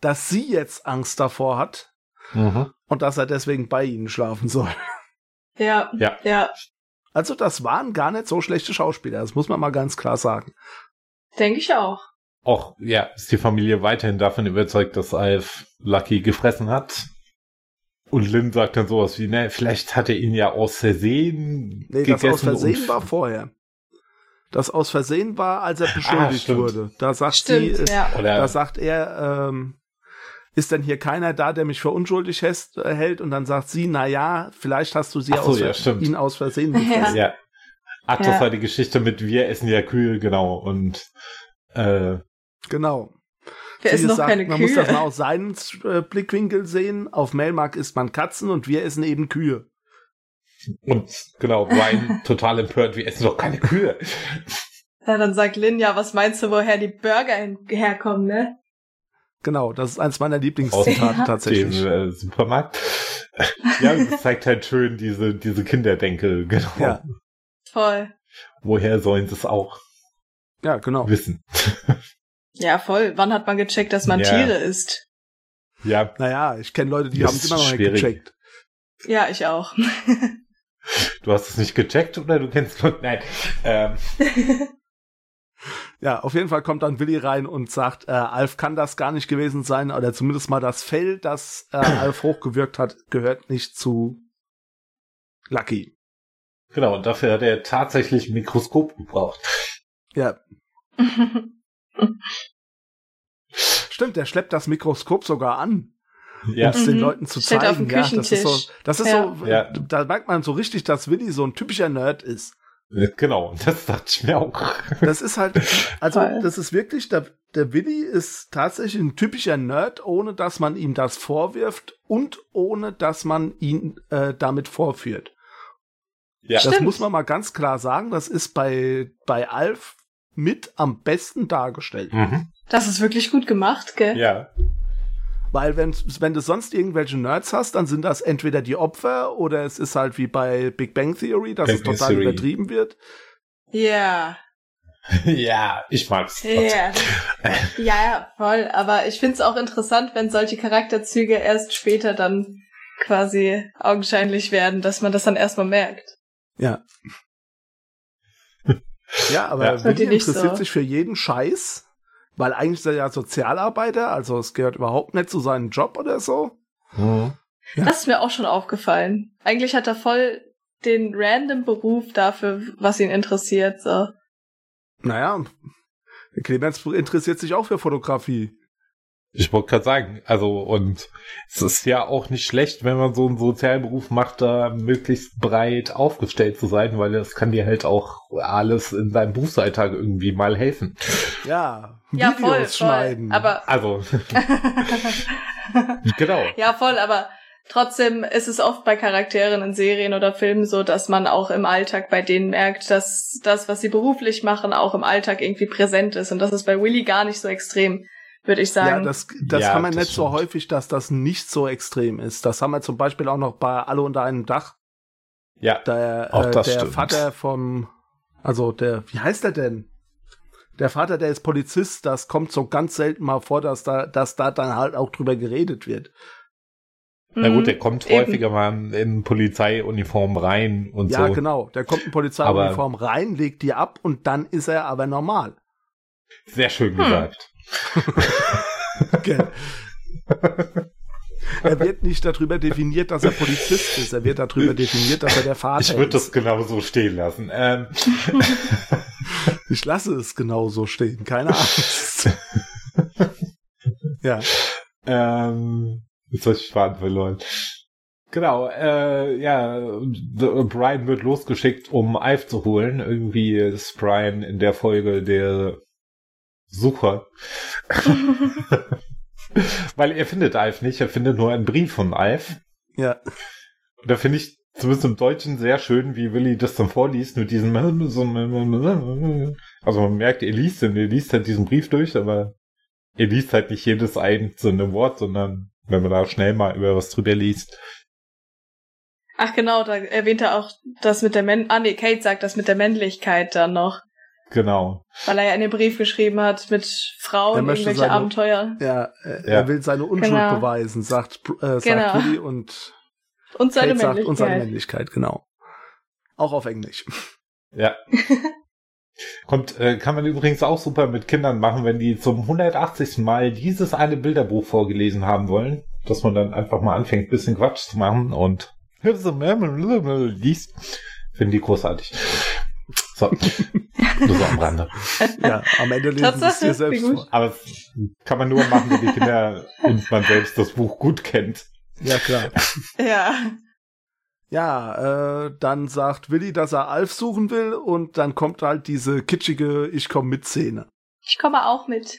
Speaker 3: dass sie jetzt Angst davor hat
Speaker 2: mhm.
Speaker 3: und dass er deswegen bei ihnen schlafen soll.
Speaker 1: ja,
Speaker 2: Ja.
Speaker 1: ja,
Speaker 3: Also das waren gar nicht so schlechte Schauspieler, das muss man mal ganz klar sagen.
Speaker 1: denke ich auch.
Speaker 2: Auch, ja, ist die Familie weiterhin davon überzeugt, dass Alf Lucky gefressen hat. Und Lynn sagt dann sowas wie, ne, vielleicht hat er ihn ja aus Versehen
Speaker 3: Nee, das
Speaker 2: gegessen.
Speaker 3: aus Versehen
Speaker 2: und-
Speaker 3: war vorher. Das aus Versehen war, als er
Speaker 2: Ah,
Speaker 3: beschuldigt
Speaker 2: stimmt.
Speaker 3: wurde. Da sagt
Speaker 1: Stimmt,
Speaker 3: sie, äh,
Speaker 1: ja.
Speaker 2: Oder
Speaker 3: da sagt er, ähm, ist denn hier keiner da, der mich für unschuldig häst, äh, hält? Und dann sagt sie, na ja, vielleicht hast du sie
Speaker 2: Ach so,
Speaker 3: aus,
Speaker 2: ja,
Speaker 3: Ver-
Speaker 2: stimmt.
Speaker 3: ihn aus Versehen
Speaker 1: Ja.
Speaker 3: gefressen.
Speaker 2: Ja. Ach, das
Speaker 1: Ja.
Speaker 2: war die Geschichte mit wir essen ja Kühe, genau. Und äh,
Speaker 3: Genau.
Speaker 1: Wir
Speaker 3: Sie
Speaker 1: essen noch
Speaker 3: sagt,
Speaker 1: keine
Speaker 3: man muss das mal
Speaker 1: Kühe.
Speaker 3: aus seinem äh, Blickwinkel sehen. Auf Melmark isst man Katzen und wir essen eben Kühe.
Speaker 2: und genau, Brian total empört, wir essen doch keine Kühe.
Speaker 1: Ja, dann sagt Lynn, ja, was meinst du, woher die Burger hin- herkommen, ne?
Speaker 3: Genau, das ist eins meiner Lieblingszitate
Speaker 1: Ja.
Speaker 2: Dem
Speaker 3: tatsächlich.
Speaker 2: äh, Supermarkt. ja, das zeigt halt schön diese, diese Kinderdenke, genau.
Speaker 3: Ja.
Speaker 1: Voll.
Speaker 2: Woher sollen sie es auch
Speaker 3: Ja, genau.
Speaker 2: wissen?
Speaker 1: Ja, voll. Wann hat man gecheckt, dass man
Speaker 2: Ja.
Speaker 1: Tiere isst?
Speaker 2: Ja,
Speaker 3: Naja, ich kenne Leute, die
Speaker 2: Das
Speaker 3: haben es
Speaker 2: ist
Speaker 3: immer noch nicht
Speaker 2: schwierig.
Speaker 3: gecheckt.
Speaker 1: Ja, ich auch.
Speaker 2: du hast es nicht gecheckt oder du kennst Leute. Nein. Ähm,
Speaker 3: Ja, auf jeden Fall kommt dann Willi rein und sagt, äh, Alf kann das gar nicht gewesen sein oder zumindest mal das Fell, das äh, Alf hochgewirkt hat, gehört nicht zu Lucky.
Speaker 2: genau, und dafür hat er tatsächlich ein Mikroskop gebraucht.
Speaker 3: Ja, stimmt, der schleppt das Mikroskop sogar an, um
Speaker 2: Ja,
Speaker 3: es den
Speaker 1: Mhm.
Speaker 3: Leuten zu
Speaker 1: Steht auf
Speaker 3: zeigen.
Speaker 1: dem
Speaker 3: ja, das ist so,
Speaker 1: Küchentisch.
Speaker 3: das ist
Speaker 1: Ja.
Speaker 3: so, äh,
Speaker 2: Ja.
Speaker 3: da merkt man so richtig, dass Willi so ein typischer Nerd ist.
Speaker 2: genau, das dachte ich mir auch.
Speaker 3: Das ist halt, also
Speaker 1: Voll.
Speaker 3: das ist wirklich, der, der Willi ist tatsächlich ein typischer Nerd, ohne dass man ihm das vorwirft und ohne dass man ihn äh, damit vorführt.
Speaker 2: Ja,
Speaker 3: Das
Speaker 1: Stimmt.
Speaker 3: muss man mal ganz klar sagen, das ist bei, bei Alf mit am besten dargestellt.
Speaker 2: mhm.
Speaker 1: Das ist wirklich gut gemacht, gell?
Speaker 2: ja.
Speaker 3: Weil wenn, wenn du sonst irgendwelche Nerds hast, dann sind das entweder die Opfer oder es ist halt wie bei Big Bang Theory, dass
Speaker 2: Big
Speaker 3: es
Speaker 2: Bang
Speaker 3: total
Speaker 2: Theory.
Speaker 3: übertrieben wird.
Speaker 1: Ja.
Speaker 2: Ja, ich mag's.
Speaker 1: Ja. ja, voll. Aber ich find's auch interessant, wenn solche Charakterzüge erst später dann quasi augenscheinlich werden, dass man das dann erstmal merkt.
Speaker 3: Ja. ja, aber
Speaker 2: Ja.
Speaker 1: Und die
Speaker 3: Willi
Speaker 1: nicht
Speaker 3: interessiert
Speaker 1: so.
Speaker 3: sich für jeden Scheiß, weil eigentlich ist er ja Sozialarbeiter, also es gehört überhaupt nicht zu seinem Job oder so.
Speaker 2: Mhm.
Speaker 3: Ja.
Speaker 1: Das ist mir auch schon aufgefallen. Eigentlich hat er voll den random Beruf dafür, was ihn interessiert. So.
Speaker 3: Naja, Clemens interessiert sich auch für Fotografie.
Speaker 2: Ich wollte gerade sagen, also und es ist ja auch nicht schlecht, wenn man so einen Sozialberuf macht, da möglichst breit aufgestellt zu sein, weil das kann dir halt auch alles in deinem Berufsalltag irgendwie mal helfen.
Speaker 3: Ja,
Speaker 1: Ja,
Speaker 3: Videos
Speaker 1: voll, voll.
Speaker 3: schneiden.
Speaker 1: Aber
Speaker 2: Also, genau.
Speaker 1: Ja, voll, aber trotzdem ist es oft bei Charakteren in Serien oder Filmen so, dass man auch im Alltag bei denen merkt, dass das, was sie beruflich machen, auch im Alltag irgendwie präsent ist. Und das ist bei Willy gar nicht so extrem, würde ich
Speaker 3: ja,
Speaker 1: sagen.
Speaker 3: das, das
Speaker 2: Ja,
Speaker 3: haben wir
Speaker 2: das
Speaker 3: nicht so
Speaker 2: stimmt.
Speaker 3: häufig, dass das nicht so extrem ist. Das haben wir zum Beispiel auch noch bei Alle unter einem Dach.
Speaker 2: Ja,
Speaker 3: Der,
Speaker 2: Auch
Speaker 3: äh,
Speaker 2: das
Speaker 3: der
Speaker 2: stimmt.
Speaker 3: Vater vom, also der, wie heißt er denn? Der Vater, der ist Polizist, das kommt so ganz selten mal vor, dass da, dass da dann halt auch drüber geredet wird.
Speaker 2: na
Speaker 1: Mhm.
Speaker 2: gut, der kommt
Speaker 1: eben.
Speaker 2: häufiger mal in Polizeiuniform rein und
Speaker 3: ja,
Speaker 2: so.
Speaker 3: genau. Der kommt in Polizeiuniform rein, legt die ab und dann ist er aber normal.
Speaker 2: Sehr schön gesagt.
Speaker 3: Gell? er wird nicht darüber definiert, dass er Polizist ist. Er wird darüber definiert, dass er der Vater
Speaker 2: Ich würde das
Speaker 3: ist.
Speaker 2: genau so stehen lassen. Ähm,
Speaker 3: Ich lasse es genauso stehen. Keine Angst. Podcast. ja.
Speaker 2: Ähm, jetzt habe ich Faden verloren. Genau, äh, ja, d- Brian wird losgeschickt, um Ive zu holen. Irgendwie ist Brian in der Folge der Sucher. Weil er findet Alf nicht, er findet nur einen Brief von Alf.
Speaker 3: Ja.
Speaker 2: Und da finde ich zumindest im Deutschen sehr schön, wie Willi das dann vorliest, mit diesem so- also man merkt, er liest ihn, er liest halt diesen Brief durch, aber er liest halt nicht jedes einzelne Wort, sondern wenn man da schnell mal über was drüber liest,
Speaker 1: Ach genau, da erwähnt er auch das mit der Männ... Ah nee, Kate sagt das mit der Männlichkeit dann noch.
Speaker 2: genau.
Speaker 1: Weil er ja in dem Brief geschrieben hat mit
Speaker 3: Er
Speaker 1: Frauen,
Speaker 3: möchte
Speaker 1: irgendwelche
Speaker 3: seine-
Speaker 1: Abenteuer.
Speaker 3: Ja, äh,
Speaker 2: Ja.
Speaker 3: er will seine Unschuld
Speaker 1: Genau.
Speaker 3: beweisen, sagt, äh, sagt
Speaker 1: Genau.
Speaker 3: Willi und
Speaker 1: Und seine
Speaker 3: Kate sagt,
Speaker 1: Männlichkeit.
Speaker 3: und seine Männlichkeit, genau. Auch auf Englisch.
Speaker 2: Ja. Kommt, äh, kann man übrigens auch super mit Kindern machen, wenn die zum 180. Mal dieses eine Bilderbuch vorgelesen haben wollen, dass man dann einfach mal anfängt, ein bisschen Quatsch zu machen und liest. Finden die großartig. So. Nur so am Rande.
Speaker 3: Ja, am Ende lesen sie es
Speaker 1: Tatsache,
Speaker 3: dir
Speaker 1: wie
Speaker 3: selbst
Speaker 1: gut.
Speaker 3: vor.
Speaker 2: Aber das kann man nur machen, wenn die Kinder und man selbst das Buch gut kennt.
Speaker 3: Ja, klar.
Speaker 1: ja.
Speaker 3: Ja, äh, dann sagt Willi, dass er Alf suchen will und dann kommt halt diese kitschige Ich komm mit Szene.
Speaker 1: Ich komme auch mit.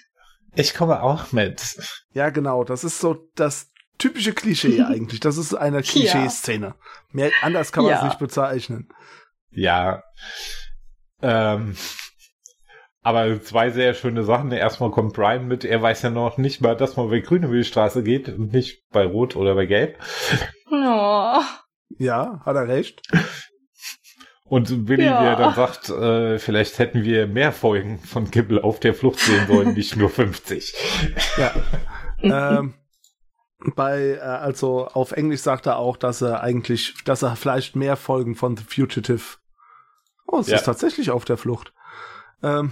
Speaker 2: Ich komme auch mit.
Speaker 3: Ja, genau, das ist so das typische Klischee eigentlich. Das ist eine Klischee-Szene. Mehr, anders kann man es
Speaker 1: Ja.
Speaker 3: nicht bezeichnen.
Speaker 2: Ja. Ähm, aber zwei sehr schöne Sachen. Erstmal kommt Brian mit, er weiß ja noch nicht mal, dass man bei Grün über die Straße geht und nicht bei Rot oder bei Gelb.
Speaker 1: Oh.
Speaker 3: Ja, hat er recht.
Speaker 2: Und Willi,
Speaker 1: Ja.
Speaker 2: wie er dann sagt, äh, vielleicht hätten wir mehr Folgen von Kibbel auf der Flucht sehen sollen, nicht nur 50.
Speaker 3: Ja. ähm, bei, äh, also auf Englisch sagt er auch, dass er eigentlich, dass er vielleicht mehr Folgen von The Fugitive. Oh, es
Speaker 2: Ja.
Speaker 3: ist tatsächlich auf der Flucht. Ähm,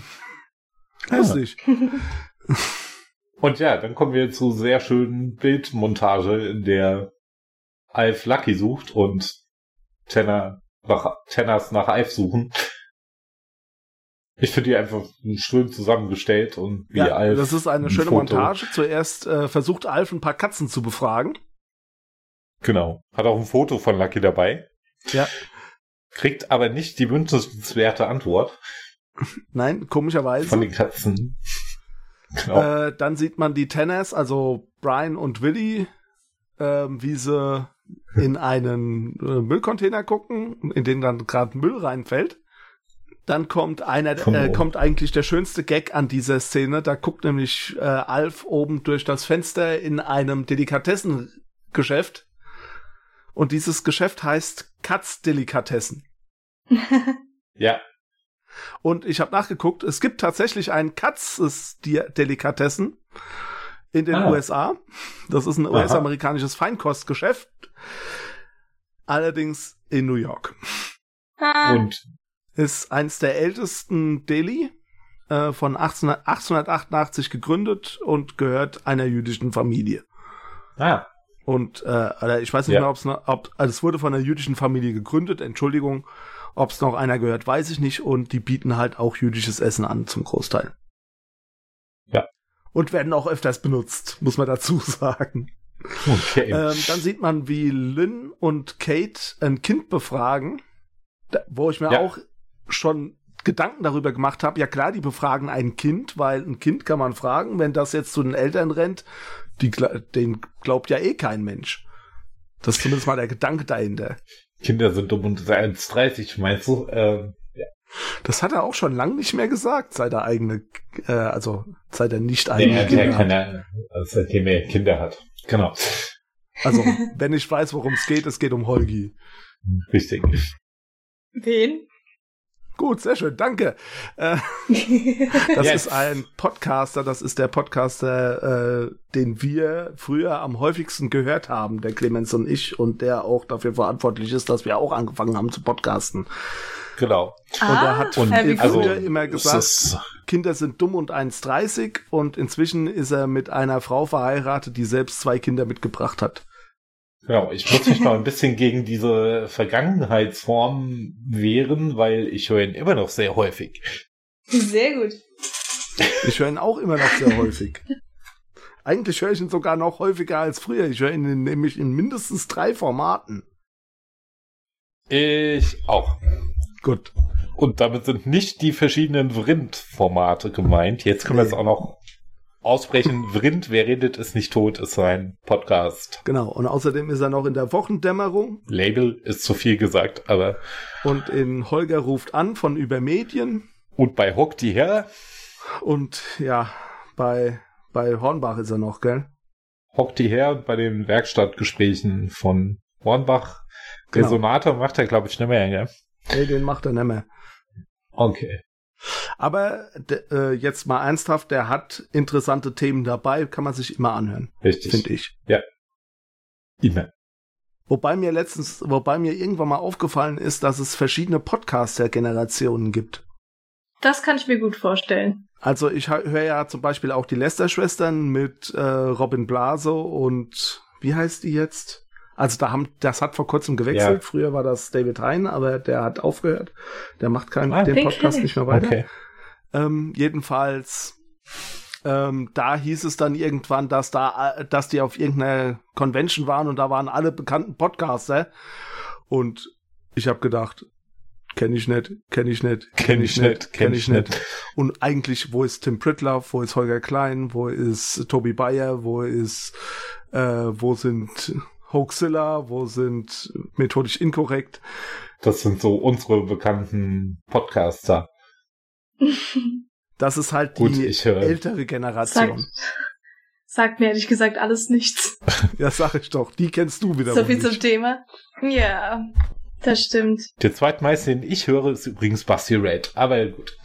Speaker 2: Ah,
Speaker 3: lustig.
Speaker 2: Und ja, dann kommen wir zu sehr schönen Bildmontage, in der Alf Lucky sucht und Tanner nach, Tanners nach Alf suchen. Ich finde die einfach schön zusammengestellt und wie
Speaker 3: Ja,
Speaker 2: Alf.
Speaker 3: das ist eine
Speaker 2: ein
Speaker 3: schöne
Speaker 2: Foto.
Speaker 3: Montage. Zuerst äh, versucht Alf ein paar Katzen zu befragen.
Speaker 2: Genau. Hat auch ein Foto von Lucky dabei.
Speaker 3: Ja.
Speaker 2: Kriegt aber nicht die wünschenswerte Antwort
Speaker 3: Nein, komischerweise.
Speaker 2: von den Katzen. Genau.
Speaker 3: Äh, dann sieht man die Tanners, also Brian und Willy, ähm, wie sie in einen äh, Müllcontainer gucken, in den dann gerade Müll reinfällt. Dann kommt einer,
Speaker 2: Komm
Speaker 3: äh,
Speaker 2: hoch.
Speaker 3: kommt eigentlich der schönste Gag an dieser Szene. Da guckt nämlich äh, Alf oben durch das Fenster in einem Delikatessengeschäft. Und dieses Geschäft heißt Katz Delikatessen.
Speaker 2: ja.
Speaker 3: Und ich habe nachgeguckt, es gibt tatsächlich ein Katzes Di- Delikatessen in den
Speaker 2: Ah.
Speaker 3: USA. Das ist ein
Speaker 2: Aha.
Speaker 3: US-amerikanisches Feinkostgeschäft. Allerdings in New York.
Speaker 1: Ah.
Speaker 2: Und
Speaker 3: Ist eins der ältesten Deli äh, von 18, 1888 gegründet und gehört einer jüdischen Familie.
Speaker 2: ah,
Speaker 3: Und äh, oder ich weiß nicht
Speaker 2: Ja.
Speaker 3: mehr, ob's noch, ob also es wurde von einer jüdischen Familie gegründet, Entschuldigung. Ob es noch einer gehört, weiß ich nicht. Und die bieten halt auch jüdisches Essen an, zum Großteil.
Speaker 2: Ja.
Speaker 3: Und werden auch öfters benutzt, muss man dazu sagen.
Speaker 2: okay.
Speaker 3: Ähm, dann sieht man, wie Lynn und Kate ein Kind befragen, da, wo ich mir
Speaker 2: Ja.
Speaker 3: auch schon Gedanken darüber gemacht habe. Ja klar, die befragen ein Kind, weil ein Kind kann man fragen, wenn das jetzt zu den Eltern rennt, die, gla- den glaubt ja eh kein Mensch. Das ist zumindest mal der Gedanke dahinter.
Speaker 2: Kinder sind dumm und 1,30, meinst du? Ähm,
Speaker 3: Das hat er auch schon lange nicht mehr gesagt, seit er eigene, äh, also seit er nicht
Speaker 2: Nee,
Speaker 3: eigene
Speaker 2: er hat ja
Speaker 3: Kinder hat.
Speaker 2: keine, also seitdem er Kinder hat. Genau.
Speaker 3: Also wenn ich weiß, worum es geht, es geht um Holgi.
Speaker 2: Richtig.
Speaker 1: Wen? Ah.
Speaker 3: Gut, sehr schön, danke. Äh, Das
Speaker 2: Yes.
Speaker 3: ist ein Podcaster, das ist der Podcaster, äh, den wir früher am häufigsten gehört haben, der Clemens und ich, und der auch dafür verantwortlich ist, dass wir auch angefangen haben zu podcasten.
Speaker 2: Genau.
Speaker 3: Und er hat
Speaker 1: Ah, wie
Speaker 3: früher
Speaker 2: also-
Speaker 1: gut.
Speaker 3: immer
Speaker 2: Das
Speaker 3: gesagt,
Speaker 2: ist-
Speaker 3: Kinder sind dumm und 1,30 und inzwischen ist er mit einer Frau verheiratet, die selbst zwei Kinder mitgebracht hat.
Speaker 2: genau. Ich muss mich mal ein bisschen gegen diese Vergangenheitsform wehren, weil ich höre ihn immer noch sehr häufig.
Speaker 1: Sehr gut.
Speaker 3: Ich höre ihn auch immer noch sehr häufig. Eigentlich höre ich ihn sogar noch häufiger als früher. Ich höre ihn in- nämlich in mindestens drei Formaten.
Speaker 2: Ich auch.
Speaker 3: Gut.
Speaker 2: Und damit sind nicht die verschiedenen Vrind-Formate gemeint. Jetzt können wir
Speaker 3: Nee.
Speaker 2: es auch noch ausbrechen. Vrind, wer redet, ist nicht tot, ist ein Podcast.
Speaker 3: Genau. Und außerdem ist er noch in der Wochendämmerung
Speaker 2: Label ist zu viel gesagt, aber.
Speaker 3: und in Holger ruft an von über Medien.
Speaker 2: Und bei Hock die her,
Speaker 3: Und ja, bei, bei Hornbach ist er noch, gell?
Speaker 2: Hock die her und bei den Werkstattgesprächen von Hornbach.
Speaker 3: Genau.
Speaker 2: Resonator macht er, glaube ich, nicht mehr, gell?
Speaker 3: Nee, den macht er nicht mehr.
Speaker 2: Okay.
Speaker 3: Aber de, äh, jetzt mal ernsthaft, der hat interessante Themen dabei, kann man sich immer anhören,
Speaker 2: Richtig.
Speaker 3: finde ich.
Speaker 2: Immer.
Speaker 3: Wobei mir letztens, wobei mir irgendwann mal aufgefallen ist, dass es verschiedene Podcaster-Generationen gibt.
Speaker 1: Das kann ich mir gut vorstellen.
Speaker 3: Also ich ha- höre ja zum Beispiel auch die Lester-Schwestern mit äh, Robin Blase und wie heißt die jetzt? Also da haben, das hat vor kurzem gewechselt. Früher war das David Hein, aber der hat aufgehört. Der macht keinen,
Speaker 2: Ah,
Speaker 3: den
Speaker 1: den
Speaker 3: Podcast
Speaker 1: kenn ich.
Speaker 3: nicht mehr weiter.
Speaker 2: Okay.
Speaker 3: Ähm, jedenfalls, ähm, da hieß es dann irgendwann, dass da, äh, dass die auf irgendeiner Convention waren und da waren alle bekannten Podcaster. Und ich habe gedacht, kenne ich nicht, kenne ich nicht,
Speaker 2: Kenn ich nicht, kenn ich nicht.
Speaker 3: Und eigentlich, wo ist Tim Pritlove, wo ist Holger Klein, wo ist Tobi Bayer, wo ist, äh, wo sind Hoaxilla, wo sind methodisch inkorrekt?
Speaker 2: Das sind so unsere bekannten Podcaster.
Speaker 3: Das ist halt
Speaker 2: Gut,
Speaker 3: die
Speaker 2: ich höre.
Speaker 3: ältere
Speaker 1: Sagt,
Speaker 3: Generation.
Speaker 1: sagt mir ehrlich gesagt alles nichts.
Speaker 3: Ja, sag ich doch. Die kennst du wieder.
Speaker 1: so viel zum Thema. Ja, das stimmt.
Speaker 2: Der zweitmeiste, den ich höre, ist übrigens Basti Red. Aber gut.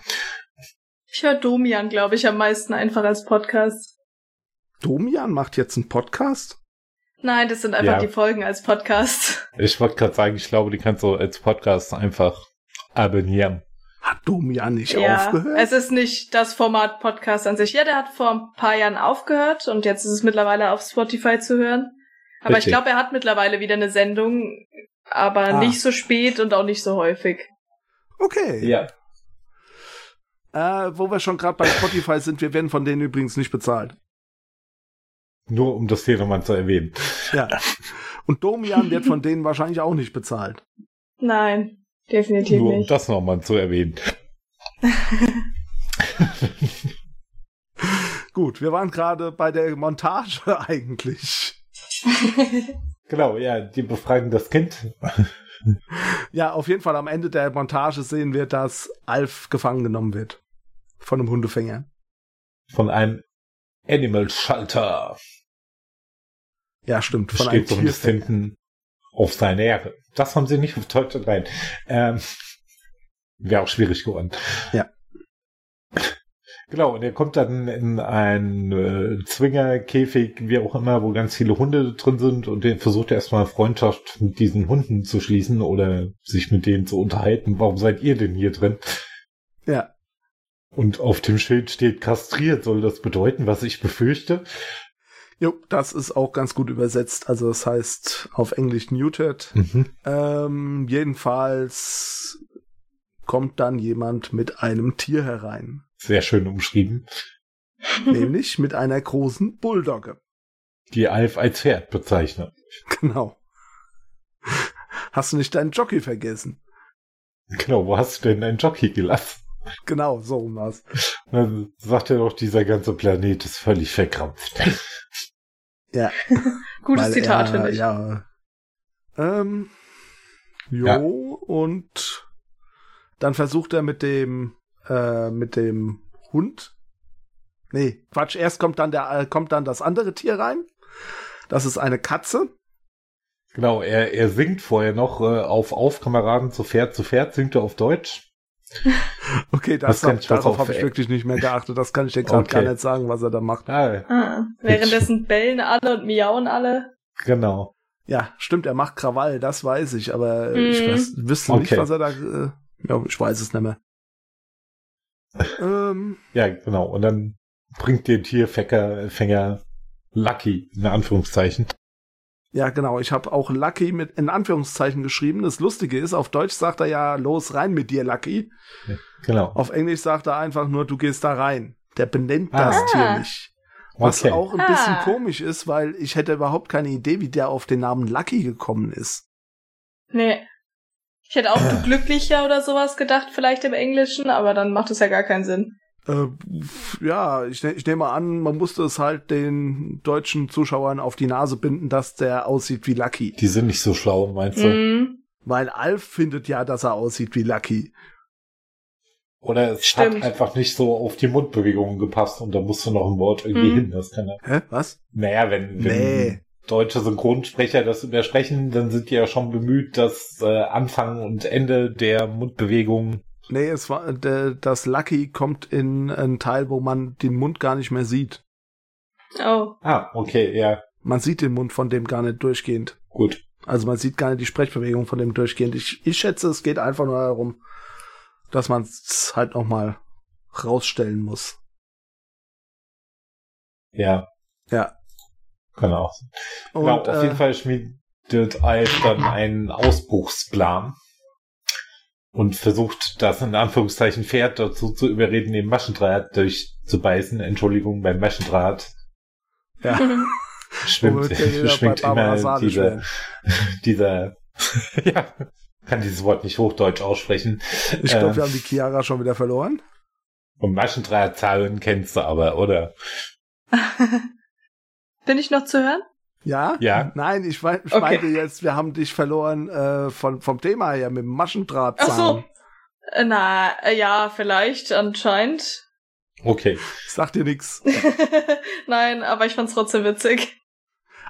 Speaker 1: Ich höre Domian, glaube ich, am meisten einfach als Podcast.
Speaker 3: Domian macht jetzt einen Podcast?
Speaker 1: Nein, das sind einfach
Speaker 2: Ja.
Speaker 1: die Folgen als Podcast.
Speaker 2: Ich wollte gerade sagen, ich glaube, die kannst du als Podcast einfach abonnieren.
Speaker 3: Hat Domian nicht
Speaker 1: ja,
Speaker 3: aufgehört?
Speaker 1: es ist nicht das Format Podcast an sich. Ja, der hat vor ein paar Jahren aufgehört und jetzt ist es mittlerweile auf Spotify zu hören. Aber
Speaker 2: Richtig.
Speaker 1: ich glaube, er hat mittlerweile wieder eine Sendung, aber
Speaker 3: Ah.
Speaker 1: nicht so spät und auch nicht so häufig.
Speaker 3: okay.
Speaker 2: Ja.
Speaker 3: Äh, wo wir schon gerade bei Spotify sind, wir werden von denen übrigens nicht bezahlt.
Speaker 2: Nur um das hier nochmal zu erwähnen.
Speaker 3: Ja. Und Domian wird von denen wahrscheinlich auch nicht bezahlt.
Speaker 1: Nein, definitiv
Speaker 2: Nur um
Speaker 1: nicht.
Speaker 2: das nochmal zu erwähnen.
Speaker 3: Gut, wir waren gerade bei der Montage eigentlich.
Speaker 2: Genau, ja, die befragen das Kind.
Speaker 3: Ja, auf jeden Fall am Ende der Montage sehen wir, dass Alf gefangen genommen wird. Von einem Hundefänger.
Speaker 2: Von einem Animal Shelter.
Speaker 3: Ja, stimmt. Von einem
Speaker 2: Steht zumindest
Speaker 3: Tierfänger.
Speaker 2: hinten auf seine Ehre. Das haben sie nicht auf Deutsch. Nein. Ähm, Wäre auch schwierig geworden.
Speaker 3: Ja.
Speaker 2: Genau, und er kommt dann in einen äh, Zwingerkäfig, wie auch immer, wo ganz viele Hunde drin sind und der versucht erstmal Freundschaft mit diesen Hunden zu schließen oder sich mit denen zu unterhalten. Warum seid ihr denn hier drin?
Speaker 3: Ja.
Speaker 2: Und auf dem Schild steht kastriert. Soll das bedeuten, was ich befürchte?
Speaker 3: Jo, das ist auch ganz gut übersetzt. Also das heißt auf Englisch neutered.
Speaker 2: Mhm.
Speaker 3: Ähm, jedenfalls kommt dann jemand mit einem Tier herein.
Speaker 2: Sehr schön umschrieben.
Speaker 3: nämlich mit einer großen Bulldogge.
Speaker 2: Die Alf als Pferd bezeichnet.
Speaker 3: Genau. Hast du nicht deinen Jockey vergessen?
Speaker 2: Genau, wo hast du denn einen Jockey gelassen?
Speaker 3: Genau, so rum war's.
Speaker 2: Und Dann sagt er doch, dieser ganze Planet ist völlig verkrampft.
Speaker 1: Gutes
Speaker 3: um Weil
Speaker 1: Zitat,
Speaker 3: er,
Speaker 1: finde ich.
Speaker 3: Ja. Ähm, jo,
Speaker 2: Ja.
Speaker 3: und dann versucht er mit dem, äh, mit dem Hund. Nee, Quatsch, erst kommt dann der, äh, kommt dann das andere Tier rein. Das ist eine Katze.
Speaker 2: Genau, er, er singt vorher noch äh, auf Auf Kameraden zu Pferd zu Pferd, singt er auf Deutsch.
Speaker 3: Okay, das,
Speaker 2: Das kann ich was
Speaker 3: darauf
Speaker 2: auf-
Speaker 3: habe ich wirklich nicht mehr geachtet. Das kann ich dir gerade
Speaker 2: Okay.
Speaker 3: gar nicht sagen, was er da macht.
Speaker 2: Ah,
Speaker 1: Ah, währenddessen bellen alle und miauen alle.
Speaker 2: genau.
Speaker 3: Ja, stimmt, er macht Krawall, das weiß ich, aber äh, ich
Speaker 1: Mhm.
Speaker 3: weiß, wüsste nicht,
Speaker 2: Okay.
Speaker 3: was er da. Äh, ja, ich weiß es nicht mehr. ähm,
Speaker 2: Ja, genau. Und dann bringt den Tierfänger Fänger Lucky, in Anführungszeichen.
Speaker 3: ja, genau, ich habe auch Lucky mit in Anführungszeichen geschrieben. Das Lustige ist, auf Deutsch sagt er ja, los rein mit dir, Lucky.
Speaker 2: Genau.
Speaker 3: Auf Englisch sagt er einfach nur, du gehst da rein. Der benennt
Speaker 2: Ah.
Speaker 3: das Tier
Speaker 1: Ah.
Speaker 3: nicht. Was
Speaker 2: Okay.
Speaker 3: auch ein bisschen
Speaker 1: Ah.
Speaker 3: komisch ist, weil ich hätte überhaupt keine Idee, wie der auf den Namen Lucky gekommen ist.
Speaker 1: Nee. Ich hätte auch du glücklicher oder sowas gedacht, vielleicht im Englischen, aber dann macht es ja gar keinen Sinn.
Speaker 3: Äh, ja, ich, ne ich nehme an, man musste es halt den deutschen Zuschauern auf die Nase binden, dass der aussieht wie Lucky.
Speaker 2: Die sind nicht so schlau, meinst du?
Speaker 1: Mhm.
Speaker 3: Weil Alf findet ja, dass er aussieht wie Lucky.
Speaker 2: Oder es
Speaker 1: Stimmt.
Speaker 2: hat einfach nicht so auf die Mundbewegungen gepasst und da musste noch ein Wort irgendwie
Speaker 1: Mhm.
Speaker 2: hin. Das kann ja.
Speaker 3: Hä? Was?
Speaker 2: Naja, wenn, wenn
Speaker 3: Nee.
Speaker 2: deutsche Synchronsprecher das übersprechen, dann sind die ja schon bemüht, dass äh, Anfang und Ende der Mundbewegungen.
Speaker 3: Nee, es war äh, der- das Lucky kommt in einen Teil, wo man den Mund gar nicht mehr sieht.
Speaker 1: Oh.
Speaker 2: Ah, okay, ja,
Speaker 3: Man sieht den Mund von dem gar nicht durchgehend.
Speaker 2: gut.
Speaker 3: Also man sieht gar nicht die Sprechbewegung von dem durchgehend. Ich, ich schätze, es geht einfach nur darum, dass man es halt nochmal rausstellen muss.
Speaker 2: Ja.
Speaker 3: Ja.
Speaker 2: Kann auch. sein.
Speaker 3: Und
Speaker 2: genau, auf jeden
Speaker 3: äh,
Speaker 2: Fall schmiedet Alf dann einen Ausbruchsplan und versucht, das in Anführungszeichen Pferd dazu zu überreden, den Maschendraht durchzubeißen. Entschuldigung, beim Maschendraht
Speaker 3: ja,
Speaker 2: schwimmt,
Speaker 3: womit wir wieder
Speaker 2: schwingt
Speaker 3: bei Barbara
Speaker 2: immer
Speaker 3: Salisch
Speaker 2: diese,
Speaker 3: wären.
Speaker 2: dieser, ja, kann dieses Wort nicht hochdeutsch aussprechen.
Speaker 3: Ich glaube,
Speaker 2: äh,
Speaker 3: wir haben die Chiara schon wieder verloren.
Speaker 2: Und Maschendrahtzahlen kennst du aber, oder?
Speaker 1: Bin ich noch zu hören?
Speaker 3: Ja?
Speaker 2: Ja.
Speaker 3: Nein, ich, mein, ich
Speaker 1: Okay.
Speaker 3: meinte jetzt, wir haben dich verloren äh, von, vom Thema her mit dem Maschendrahtzahn.
Speaker 1: Ach so. Äh, Na, äh, ja, vielleicht, anscheinend.
Speaker 2: Okay.
Speaker 3: Sagt dir nix.
Speaker 1: Nein, aber ich fand's trotzdem witzig.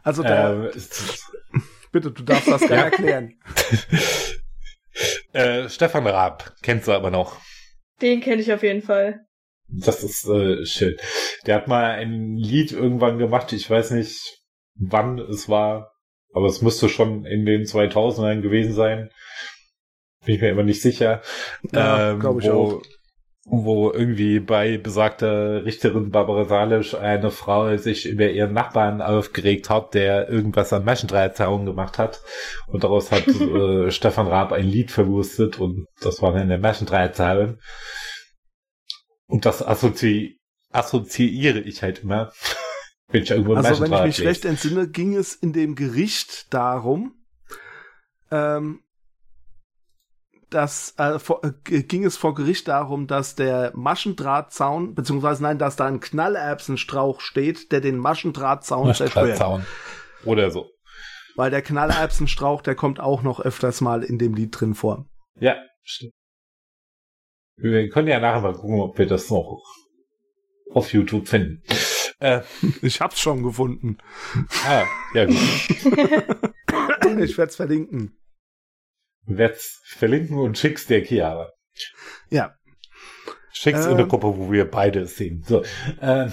Speaker 3: Also da,
Speaker 2: Äh, es-
Speaker 3: bitte, du darfst das gerne
Speaker 2: Ja.
Speaker 3: erklären.
Speaker 2: äh, Stefan Raab kennst du aber noch.
Speaker 1: Den kenne ich auf jeden Fall.
Speaker 2: Das ist äh, schön. Der hat mal ein Lied irgendwann gemacht. Ich weiß nicht, wann es war, aber es müsste schon in den 2000ern gewesen sein. Bin ich mir immer nicht sicher.
Speaker 3: Ja,
Speaker 2: Ähm,
Speaker 3: glaube ich
Speaker 2: wo,
Speaker 3: auch.
Speaker 2: Wo irgendwie bei besagter Richterin Barbara Salisch eine Frau sich über ihren Nachbarn aufgeregt hat, der irgendwas an Maschendrahtzaun gemacht hat. Und daraus hat äh, Stefan Raab ein Lied verwurstet und das war dann der Maschendrahtzaun. Und das assozi assoziiere ich halt immer. Bin ich irgendwo im
Speaker 3: Also wenn ich mich
Speaker 2: Maschendraht-
Speaker 3: recht entsinne, ging es in dem Gericht darum, ähm, dass äh, vor, äh, g- ging es vor Gericht darum, dass der Maschendrahtzaun beziehungsweise nein, dass da ein Knallerbsenstrauch steht, der den Maschendrahtzaun zerstört.
Speaker 2: Maschendrahtzaun. Oder so.
Speaker 3: Weil der Knallerbsenstrauch, der kommt auch noch öfters mal in dem Lied drin vor.
Speaker 2: Ja, stimmt. Wir können ja nachher mal gucken, ob wir das noch auf YouTube finden. Äh,
Speaker 3: Ich hab's schon gefunden.
Speaker 2: ah, ja gut.
Speaker 3: Ich werd's verlinken.
Speaker 2: Werd's verlinken und schick's der Chiara.
Speaker 3: Ja.
Speaker 2: Schick's in eine
Speaker 3: Ähm.
Speaker 2: Gruppe, wo wir beide es sehen. So, äh,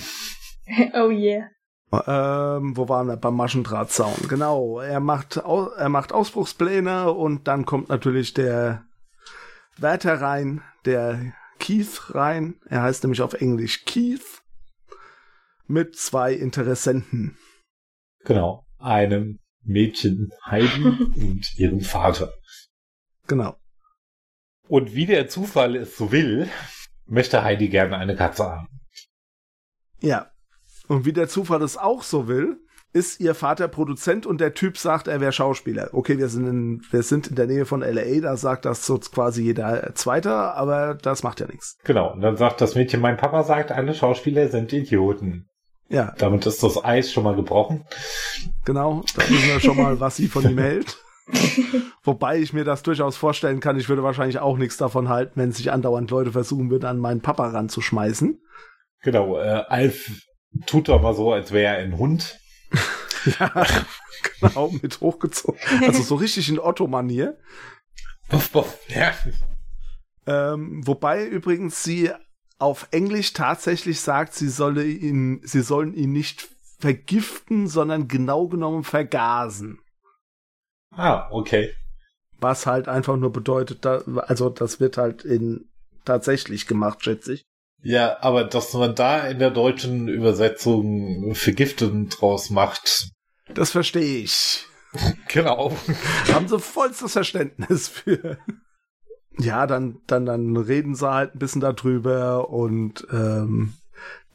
Speaker 1: oh yeah.
Speaker 3: Ähm, wo waren wir? Beim Maschendrahtzaun. Genau. Er macht, Au er macht Ausbruchspläne und dann kommt natürlich der Wärter rein, der Keith rein. Er heißt nämlich auf Englisch Keith. Mit zwei Interessenten.
Speaker 2: genau. Einem Mädchen Heidi und ihrem Vater.
Speaker 3: Genau.
Speaker 2: Und wie der Zufall es so will, möchte Heidi gerne eine Katze haben.
Speaker 3: Ja. Und wie der Zufall es auch so will, ist ihr Vater Produzent und der Typ sagt, er wäre Schauspieler. Okay, wir sind, in, wir sind in der Nähe von LA, da sagt das so quasi jeder Zweite, aber das macht ja nichts.
Speaker 2: Genau. Und dann sagt das Mädchen, mein Papa sagt, alle Schauspieler sind Idioten.
Speaker 3: Ja,
Speaker 2: Damit ist das Eis schon mal gebrochen.
Speaker 3: Genau, da wissen wir schon mal, was sie von ihm hält. Wobei ich mir das durchaus vorstellen kann, ich würde wahrscheinlich auch nichts davon halten, wenn sich andauernd Leute versuchen würden, an meinen Papa ranzuschmeißen.
Speaker 2: Genau, äh, Alf tut doch mal so, als wäre er ein Hund.
Speaker 3: Ja, genau, mit hochgezogen. Also so richtig in Otto-Manier.
Speaker 2: Wuff, wuff. Ja.
Speaker 3: Ähm, wobei übrigens sie auf Englisch tatsächlich sagt, sie solle ihn, sie sollen ihn nicht vergiften, sondern genau genommen vergasen.
Speaker 2: Ah, okay.
Speaker 3: Was halt einfach nur bedeutet, da, also das wird halt in tatsächlich gemacht, schätze ich.
Speaker 2: Ja, aber dass man da in der deutschen Übersetzung vergiftend draus macht.
Speaker 3: Das verstehe ich.
Speaker 2: Genau.
Speaker 3: Haben sie vollstes Verständnis für. Ja, dann, dann, dann reden sie halt ein bisschen darüber und ähm,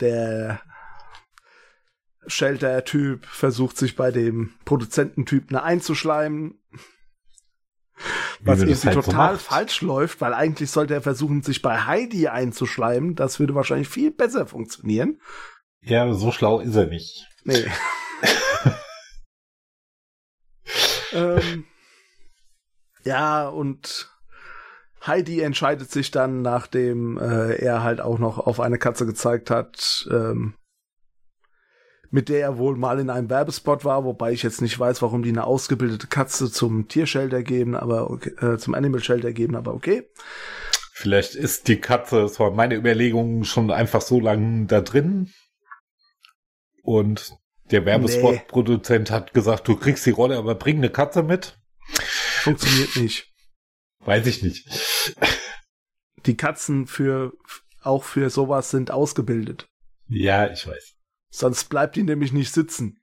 Speaker 3: der Shelter-Typ versucht sich bei dem Produzententyp ne einzuschleimen.
Speaker 2: Wie
Speaker 3: Was
Speaker 2: man
Speaker 3: irgendwie
Speaker 2: das halt so
Speaker 3: total
Speaker 2: macht.
Speaker 3: falsch läuft, weil eigentlich sollte er versuchen, sich bei Heidi einzuschleimen. Das würde wahrscheinlich viel besser funktionieren.
Speaker 2: Ja, so schlau ist er nicht.
Speaker 3: Nee. ähm, ja, und Heidi entscheidet sich dann, nachdem äh, er halt auch noch auf eine Katze gezeigt hat, ähm, mit der er wohl mal in einem Werbespot war, wobei ich jetzt nicht weiß, warum die eine ausgebildete Katze zum Tierschelter geben, aber okay, äh, zum Animal Shelter geben, aber okay.
Speaker 2: Vielleicht ist die Katze, das war meine Überlegung, schon einfach so lange da drin. Und der Werbespot-Produzent hat gesagt, du kriegst die Rolle, aber bring eine Katze mit.
Speaker 3: Funktioniert nicht.
Speaker 2: Weiß ich nicht.
Speaker 3: Die Katzen für auch für sowas sind ausgebildet.
Speaker 2: Ja, ich weiß.
Speaker 3: Sonst bleibt die nämlich nicht sitzen.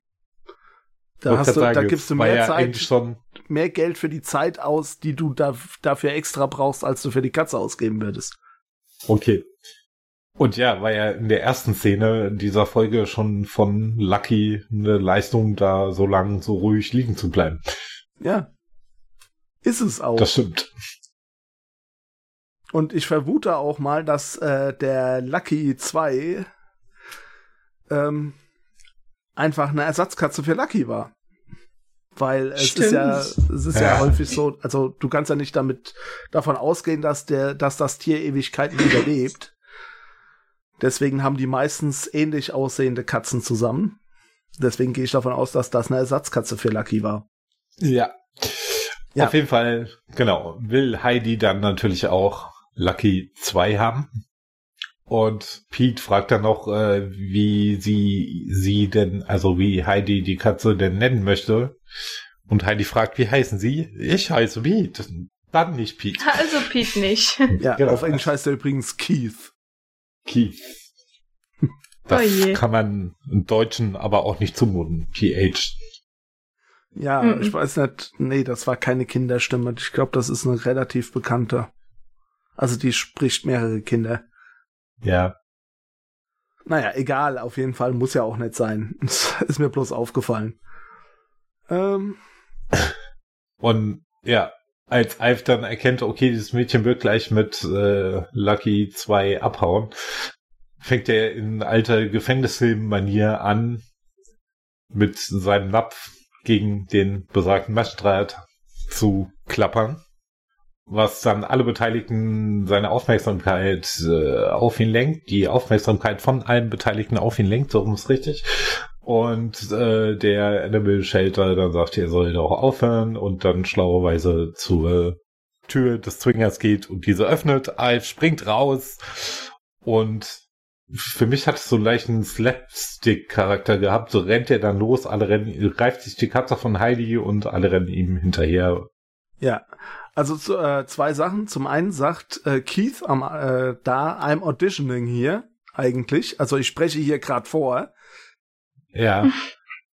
Speaker 3: Da,
Speaker 2: Wollte
Speaker 3: hast
Speaker 2: grad
Speaker 3: du, da
Speaker 2: sagen,
Speaker 3: gibst du
Speaker 2: war
Speaker 3: mehr
Speaker 2: ja
Speaker 3: Zeit,
Speaker 2: eigentlich schon.
Speaker 3: mehr Geld für die Zeit aus, die du da, dafür extra brauchst, als du für die Katze ausgeben würdest.
Speaker 2: Okay. Und ja, war ja in der ersten Szene in dieser Folge schon von Lucky eine Leistung, da so lang so ruhig liegen zu bleiben.
Speaker 3: Ja. Ist es auch.
Speaker 2: Das stimmt.
Speaker 3: Und ich vermute auch mal, dass äh, der Lucky 2 ähm, einfach eine Ersatzkatze für Lucky war. Weil es ist
Speaker 1: Stimmt.
Speaker 3: ja, es ist ja.
Speaker 2: Ja.
Speaker 3: häufig so, also du kannst ja nicht damit davon ausgehen, dass der, dass das Tier Ewigkeiten überlebt. Deswegen haben die meistens ähnlich aussehende Katzen zusammen. Deswegen gehe ich davon aus, dass das eine Ersatzkatze für Lucky war.
Speaker 2: Ja.
Speaker 3: Ja.
Speaker 2: Auf jeden Fall, genau, will Heidi dann natürlich auch Lucky 2 haben. Und Pete fragt dann noch, äh, wie sie sie denn, also wie Heidi die Katze denn nennen möchte. Und Heidi fragt, wie heißen sie? Ich heiße Pete. Dann nicht Pete.
Speaker 1: Also Pete nicht.
Speaker 3: Ja,
Speaker 2: Genau.
Speaker 3: auf Englisch heißt er übrigens Keith.
Speaker 2: Keith. Das
Speaker 1: Oh je.
Speaker 2: kann man im Deutschen aber auch nicht zumuten. PH.
Speaker 3: Ja,
Speaker 1: Mhm.
Speaker 3: ich weiß nicht. Nee, das war keine Kinderstimme. Ich glaube, das ist eine relativ bekannte. Also die spricht mehrere Kinder.
Speaker 2: Ja.
Speaker 3: Naja, egal, auf jeden Fall muss ja auch nicht sein. ist mir bloß aufgefallen. Ähm,
Speaker 2: Und ja, als Alf dann erkennt, okay, dieses Mädchen wird gleich mit äh, Lucky 2 abhauen, fängt er in alter Gefängnisfilm-Manier an, mit seinem Napf gegen den besagten Maschendraht zu klappern, was dann alle Beteiligten seine Aufmerksamkeit äh, auf ihn lenkt, die Aufmerksamkeit von allen Beteiligten auf ihn lenkt, so rum ist richtig. Und äh, der Animal Shelter dann sagt, er soll doch aufhören und dann schlauerweise zur Tür des Zwingers geht und diese öffnet. Alf springt raus und für mich hat es so leicht einen Slapstick-Charakter gehabt. So rennt er dann los, alle rennen, greift sich die Katze von Heidi und alle rennen ihm hinterher.
Speaker 3: ja. Also zu, äh, zwei Sachen. Zum einen sagt äh, Keith am, äh, da, I'm auditioning hier eigentlich. Also ich spreche hier gerade vor.
Speaker 2: Ja.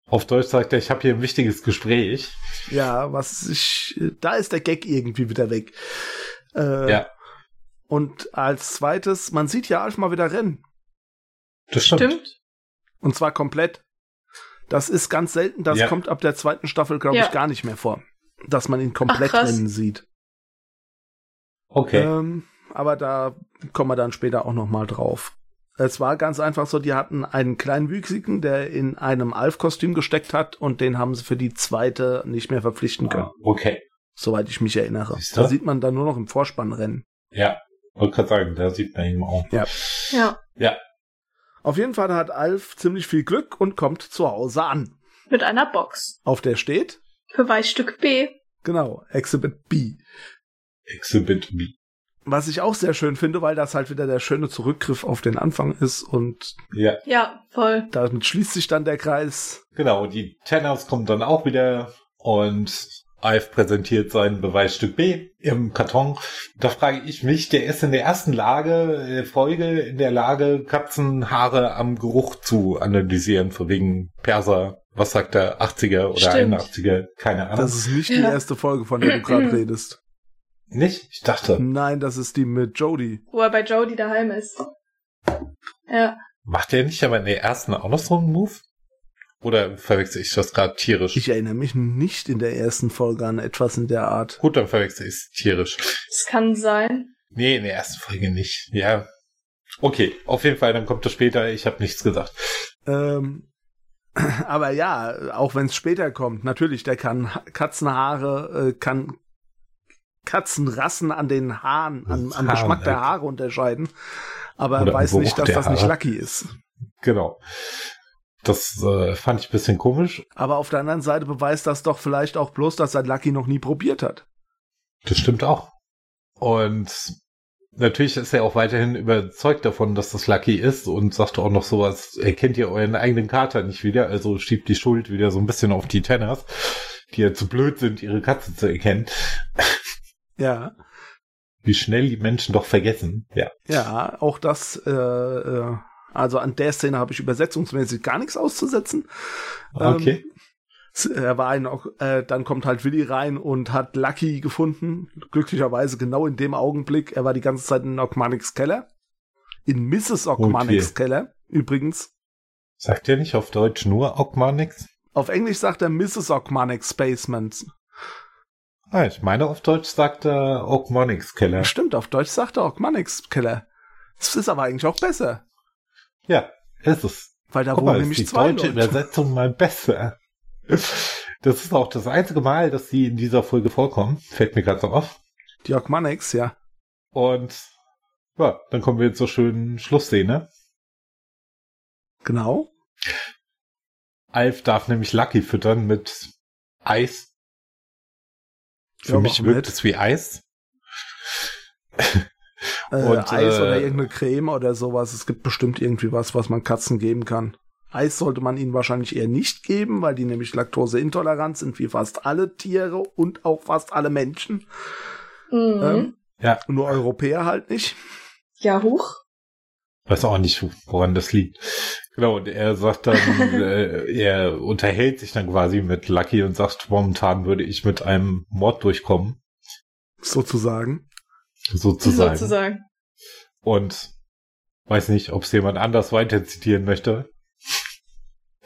Speaker 2: Auf Deutsch sagt er, ich habe hier ein wichtiges Gespräch.
Speaker 3: Ja, was ich, da ist der Gag irgendwie wieder weg. Äh,
Speaker 2: Ja.
Speaker 3: Und als zweites, man sieht ja Alf mal wieder rennen.
Speaker 2: Das
Speaker 1: Stimmt.
Speaker 3: Und zwar komplett. Das ist ganz selten, das
Speaker 2: Ja.
Speaker 3: kommt ab der zweiten Staffel, glaube
Speaker 1: Ja.
Speaker 3: ich, gar nicht mehr vor. Dass man ihn komplett
Speaker 1: Ach, krass.
Speaker 3: rennen sieht.
Speaker 2: Okay.
Speaker 3: Ähm, aber da kommen wir dann später auch nochmal drauf. Es war ganz einfach so, die hatten einen kleinwüchsigen, der in einem Alf-Kostüm gesteckt hat und den haben sie für die zweite nicht mehr verpflichten können,
Speaker 2: Ah, Okay.
Speaker 3: soweit ich mich erinnere.
Speaker 2: Siehst du?
Speaker 3: Da sieht man dann nur noch im Vorspann rennen.
Speaker 2: Ja. Wollte gerade sagen, da sieht man ihn auch.
Speaker 3: Ja.
Speaker 1: Ja.
Speaker 3: Auf jeden Fall hat Alf ziemlich viel Glück und kommt zu Hause an.
Speaker 1: Mit einer Box.
Speaker 3: Auf der steht,
Speaker 1: Beweisstück B.
Speaker 3: genau, Exhibit B.
Speaker 2: Exhibit B.
Speaker 3: Was ich auch sehr schön finde, weil das halt wieder der schöne Zurückgriff auf den Anfang ist und
Speaker 2: Ja,
Speaker 1: Ja, voll.
Speaker 3: damit schließt sich dann der Kreis.
Speaker 2: genau. Die Tanners kommen dann auch wieder und Alf präsentiert sein Beweisstück B im Karton. Da frage ich mich, der ist in der ersten Lage, äh, Folge in der Lage, Katzenhaare am Geruch zu analysieren, von wegen Perser, was sagt er, 80er oder
Speaker 1: Stimmt.
Speaker 2: 81er, keine Ahnung.
Speaker 3: Das ist nicht die
Speaker 1: Ja.
Speaker 3: erste Folge, von der du gerade redest.
Speaker 2: Nicht? Ich dachte.
Speaker 3: Nein, das ist die mit Jody.
Speaker 1: Wo er bei Jody daheim ist. Ja.
Speaker 2: Macht der nicht aber in der ersten auch noch so einen Move? Oder verwechsel ich das gerade tierisch?
Speaker 3: Ich erinnere mich nicht in der ersten Folge an etwas in der Art.
Speaker 2: Gut, dann verwechsel ich es tierisch.
Speaker 1: Es kann sein.
Speaker 2: Nee, in der ersten Folge nicht. Ja. Okay, auf jeden Fall, dann kommt das später. Ich habe nichts gesagt.
Speaker 3: Ähm, aber ja, auch wenn es später kommt, natürlich, der kann Ha- Katzenhaare, äh, kann Katzenrassen an den Haaren, an, am
Speaker 2: Haaren,
Speaker 3: Geschmack der
Speaker 2: ja.
Speaker 3: Haare unterscheiden. Aber
Speaker 2: Oder
Speaker 3: er
Speaker 2: am
Speaker 3: weiß
Speaker 2: Geruch
Speaker 3: nicht, dass
Speaker 2: der
Speaker 3: das nicht
Speaker 2: Haare.
Speaker 3: Lucky ist.
Speaker 2: Genau. Das äh, fand ich ein bisschen komisch.
Speaker 3: Aber auf der anderen Seite beweist das doch vielleicht auch bloß, dass er Lucky noch nie probiert hat.
Speaker 2: Das stimmt auch. Und natürlich ist er auch weiterhin überzeugt davon, dass das Lucky ist und sagt auch noch sowas, erkennt ihr euren eigenen Kater nicht wieder, also schiebt die Schuld wieder so ein bisschen auf die Tenners, die ja zu blöd sind, ihre Katze zu erkennen.
Speaker 3: Ja,
Speaker 2: Wie schnell die Menschen doch vergessen. Ja.
Speaker 3: ja, auch das, äh, äh, also an der Szene habe ich übersetzungsmäßig gar nichts auszusetzen. Ähm,
Speaker 2: Okay.
Speaker 3: S- Er war ein, auch- äh, dann kommt halt Willi rein und hat Lucky gefunden. Glücklicherweise genau in dem Augenblick. Er war die ganze Zeit in Ogmanics Keller. In Mrs. Ogmanics
Speaker 2: wir-
Speaker 3: Keller, übrigens.
Speaker 2: Sagt ihr nicht auf Deutsch nur Ogmanix?
Speaker 3: Auf Englisch sagt er Mrs. Ogmanics Basement.
Speaker 2: Ah, ich meine, auf Deutsch sagt er Ogmanix Keller.
Speaker 3: Stimmt, auf Deutsch sagt er Ogmanics Keller. Das ist aber eigentlich auch besser.
Speaker 2: Ja, ist es.
Speaker 3: Weil da
Speaker 2: Guck
Speaker 3: wohnen
Speaker 2: mal, ist
Speaker 3: nämlich
Speaker 2: die
Speaker 3: zwei
Speaker 2: deutsche
Speaker 3: Leute.
Speaker 2: Übersetzung mal besser. Das ist auch das einzige Mal, dass sie in dieser Folge vorkommen. Fällt mir gerade so auf.
Speaker 3: Die Ogmanics, ja.
Speaker 2: Und ja, dann kommen wir zur schönen Schlussszene.
Speaker 3: Genau.
Speaker 2: Alf darf nämlich Lucky füttern mit Eis. Für
Speaker 3: Ja,
Speaker 2: mich
Speaker 3: warum
Speaker 2: wirkt
Speaker 3: nicht?
Speaker 2: es wie Eis.
Speaker 3: Äh,
Speaker 2: und,
Speaker 3: Eis
Speaker 2: äh,
Speaker 3: oder irgendeine Creme oder sowas. Es gibt bestimmt irgendwie was, was man Katzen geben kann. Eis sollte man ihnen wahrscheinlich eher nicht geben, weil die nämlich laktoseintolerant sind, wie fast alle Tiere und auch fast alle Menschen.
Speaker 1: Mhm.
Speaker 3: Ähm,
Speaker 2: Ja.
Speaker 3: Nur Europäer halt nicht.
Speaker 1: Ja, hoch.
Speaker 2: Weiß auch nicht, woran das liegt. Genau, und er sagt dann, äh, er unterhält sich dann quasi mit Lucky und sagt, momentan würde ich mit einem Mord durchkommen,
Speaker 3: Sozusagen.
Speaker 2: sozusagen.
Speaker 1: Sozusagen.
Speaker 2: Und weiß nicht, ob es jemand anders weiter zitieren möchte.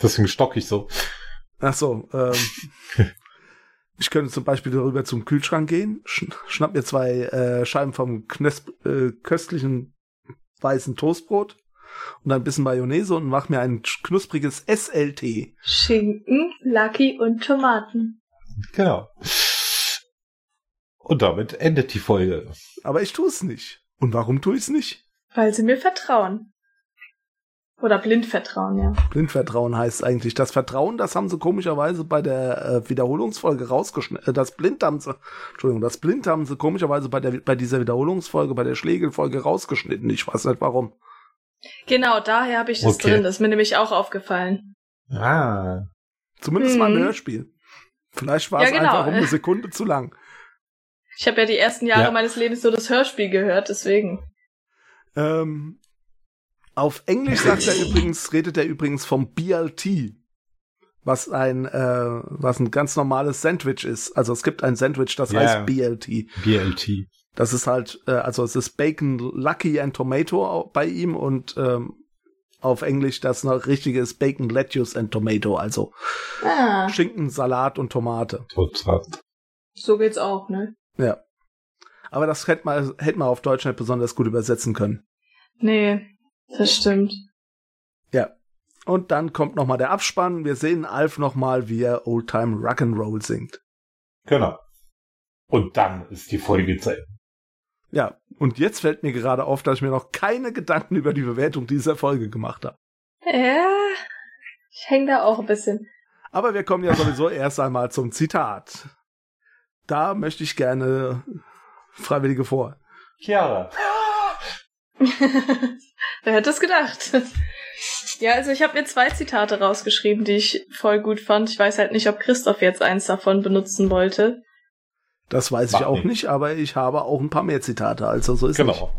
Speaker 2: Deswegen stock ich so.
Speaker 3: Ach so, ähm, ich könnte zum Beispiel darüber zum Kühlschrank gehen, schn schnapp mir zwei äh, Scheiben vom Knesp äh, köstlichen weißen Toastbrot und ein bisschen Mayonnaise und mach mir ein knuspriges SLT.
Speaker 1: Schinken, Lucky und Tomaten.
Speaker 2: Genau. Und damit endet die Folge.
Speaker 3: Aber ich tue es nicht. Und warum tue ich es nicht?
Speaker 1: Weil sie mir vertrauen. Oder blind vertrauen, ja.
Speaker 3: Blindvertrauen heißt eigentlich das Vertrauen, das haben sie komischerweise bei der äh, Wiederholungsfolge rausgeschnitten. Äh, das Blind haben sie, Entschuldigung, das Blind haben sie komischerweise bei, der, bei dieser Wiederholungsfolge, bei der Schlegelfolge rausgeschnitten. Ich weiß nicht warum.
Speaker 1: Genau, daher habe ich das
Speaker 2: Okay.
Speaker 1: drin. Das ist mir nämlich auch aufgefallen.
Speaker 2: Ah.
Speaker 3: Zumindest mal im
Speaker 1: Mhm.
Speaker 3: Hörspiel. Vielleicht war
Speaker 1: Ja,
Speaker 3: es
Speaker 1: genau.
Speaker 3: einfach um eine Sekunde zu lang.
Speaker 1: Ich habe ja die ersten Jahre
Speaker 2: Ja.
Speaker 1: meines Lebens nur das Hörspiel gehört, deswegen.
Speaker 3: Ähm, auf Englisch sagt er übrigens, redet er übrigens vom BLT, was ein, äh, was ein ganz normales Sandwich ist. Also es gibt ein Sandwich, das
Speaker 2: Ja.
Speaker 3: heißt BLT.
Speaker 2: BLT.
Speaker 3: Das ist halt, äh, also es ist Bacon Lucky and Tomato au- bei ihm und ähm, auf Englisch das noch richtige ist Bacon Lettuce and Tomato, also
Speaker 1: Ah,
Speaker 3: Schinken, Salat und Tomate.
Speaker 2: Total.
Speaker 1: so geht's auch, ne?
Speaker 3: Ja. Aber das hätte man, hätte man auf Deutsch nicht besonders gut übersetzen können.
Speaker 1: Nee, das stimmt.
Speaker 3: Und dann kommt nochmal der Abspann. Wir sehen Alf nochmal, wie er Old Time Rock'n'Roll singt.
Speaker 2: Genau. Und dann ist die Folge zu Ende.
Speaker 3: Ja, und jetzt fällt mir gerade auf, dass ich mir noch keine Gedanken über die Bewertung dieser Folge gemacht habe.
Speaker 1: Ja, ich häng da auch ein bisschen.
Speaker 3: Aber wir kommen ja sowieso erst einmal zum Zitat. Da möchte ich gerne Freiwillige vor.
Speaker 2: Chiara.
Speaker 1: Wer hätte es gedacht? Ja, also ich habe mir zwei Zitate rausgeschrieben, die ich voll gut fand. Ich weiß halt nicht, ob Christoph jetzt eins davon benutzen wollte.
Speaker 3: Das weiß ich
Speaker 2: Macht
Speaker 3: auch
Speaker 2: nichts.
Speaker 3: nicht, aber ich habe auch ein paar mehr Zitate. Also so ist nicht.
Speaker 2: Genau.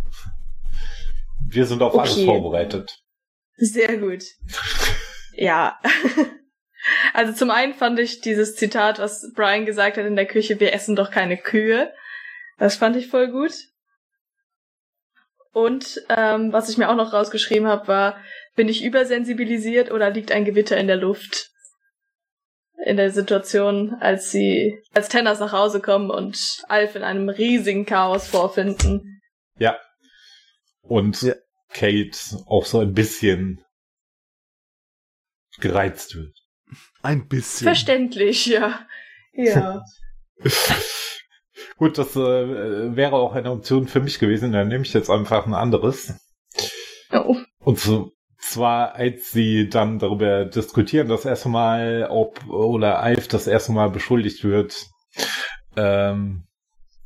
Speaker 2: Wir sind auf alles
Speaker 1: Okay.
Speaker 2: vorbereitet.
Speaker 1: Sehr gut. Ja. Also zum einen fand ich dieses Zitat, was Brian gesagt hat in der Küche, wir essen doch keine Kühe. Das fand ich voll gut. Und ähm, was ich mir auch noch rausgeschrieben habe, war, Bin ich übersensibilisiert oder liegt ein Gewitter in der Luft? In der Situation, als sie, als Tenners nach Hause kommen und Alf in einem riesigen Chaos vorfinden.
Speaker 2: Ja. Und
Speaker 3: Ja.
Speaker 2: Kate auch so ein bisschen gereizt wird.
Speaker 3: Ein bisschen.
Speaker 1: Verständlich, ja. Ja.
Speaker 2: Gut, das äh, wäre auch eine Option für mich gewesen, dann nehme ich jetzt einfach ein anderes.
Speaker 1: Oh.
Speaker 2: Und so, zwar, als sie dann darüber diskutieren, das erste Mal, ob oder Alf das erste Mal beschuldigt wird, ähm,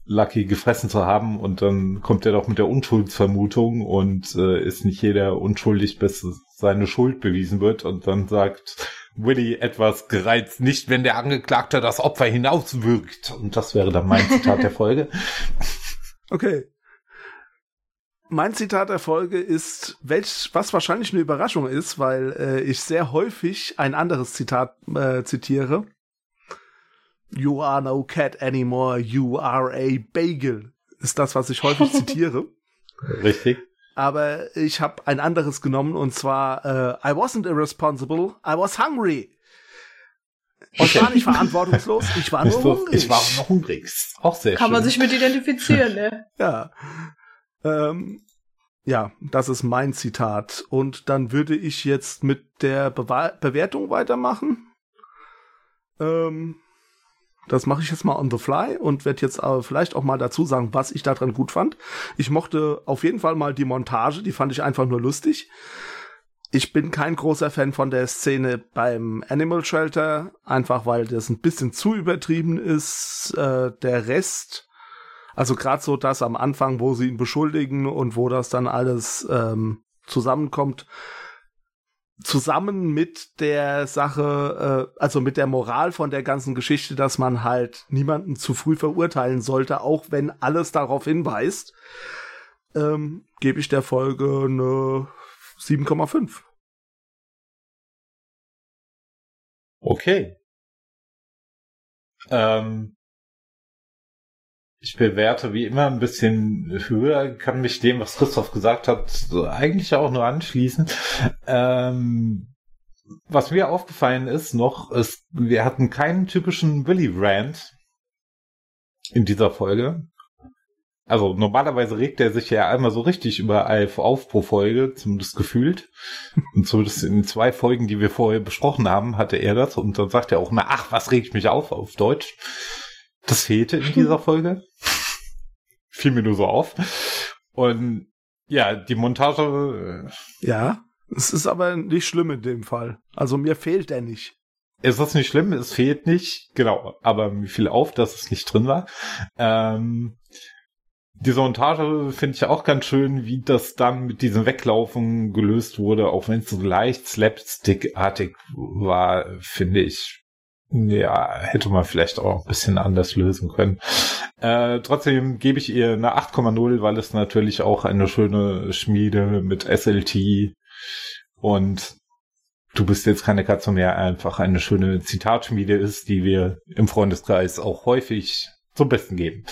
Speaker 2: Lucky gefressen zu haben und dann kommt er doch mit der Unschuldsvermutung und äh, ist nicht jeder unschuldig, bis seine Schuld bewiesen wird und dann sagt Willy etwas gereizt, nicht wenn der Angeklagte das Opfer hinauswirkt. Und das wäre dann mein Zitat der Folge.
Speaker 3: Okay. Mein Zitat der Folge ist, welch, was wahrscheinlich eine Überraschung ist, weil äh, ich sehr häufig ein anderes Zitat äh, zitiere. You are no cat anymore, you are a bagel. Ist das, was ich häufig zitiere.
Speaker 2: Richtig?
Speaker 3: Aber ich habe ein anderes genommen und zwar äh, I wasn't irresponsible, I was hungry. Ich war nicht verantwortungslos, ich war nur
Speaker 2: Ich, war-
Speaker 3: hungrig.
Speaker 2: ich war noch hungrig. Auch sehr
Speaker 1: Kann
Speaker 2: schön.
Speaker 1: man sich mit identifizieren, ne?
Speaker 3: Ja. Ähm, ja, das ist mein Zitat. Und dann würde ich jetzt mit der Bewa Bewertung weitermachen. Ähm, das mache ich jetzt mal on the fly und werde jetzt aber vielleicht auch mal dazu sagen, was ich daran gut fand. Ich mochte auf jeden Fall mal die Montage, die fand ich einfach nur lustig. Ich bin kein großer Fan von der Szene beim Animal Shelter, einfach weil das ein bisschen zu übertrieben ist. Äh, der Rest, also gerade so das am Anfang, wo sie ihn beschuldigen und wo das dann alles ähm, zusammenkommt, zusammen mit der Sache, äh, also mit der Moral von der ganzen Geschichte, dass man halt niemanden zu früh verurteilen sollte, auch wenn alles darauf hinweist, ähm, gebe ich der Folge eine 7,5.
Speaker 2: Okay. Ähm, ich bewerte wie immer ein bisschen höher, kann mich dem, was Christoph gesagt hat, eigentlich auch nur anschließen. Ähm, was mir aufgefallen ist noch, ist, wir hatten keinen typischen Willy-Rant in dieser Folge. Also normalerweise regt er sich ja einmal so richtig über Alf auf pro Folge, zumindest gefühlt. Und zumindest in zwei Folgen, die wir vorher besprochen haben, hatte er das. Und dann sagt er auch, na ach, was regt mich auf auf Deutsch? Das fehlte in dieser Folge. Fiel mir nur so auf. Und ja, die Montage, äh,
Speaker 3: Ja, es ist aber nicht schlimm in dem Fall. Also mir fehlt er nicht.
Speaker 2: äh, ist das nicht schlimm, es fehlt nicht. Genau, aber mir fiel auf, dass es nicht drin war. Ähm, diese Montage finde ich auch ganz schön, wie das dann mit diesem Weglaufen gelöst wurde, auch wenn es so leicht slapstickartig war, finde ich. Ja, hätte man vielleicht auch ein bisschen anders lösen können. Äh, trotzdem gebe ich ihr eine 8,0, weil es natürlich auch eine schöne Schmiede mit SLT und du bist jetzt keine Katze mehr, einfach eine schöne Zitatschmiede ist, die wir im Freundeskreis auch häufig zum Besten geben.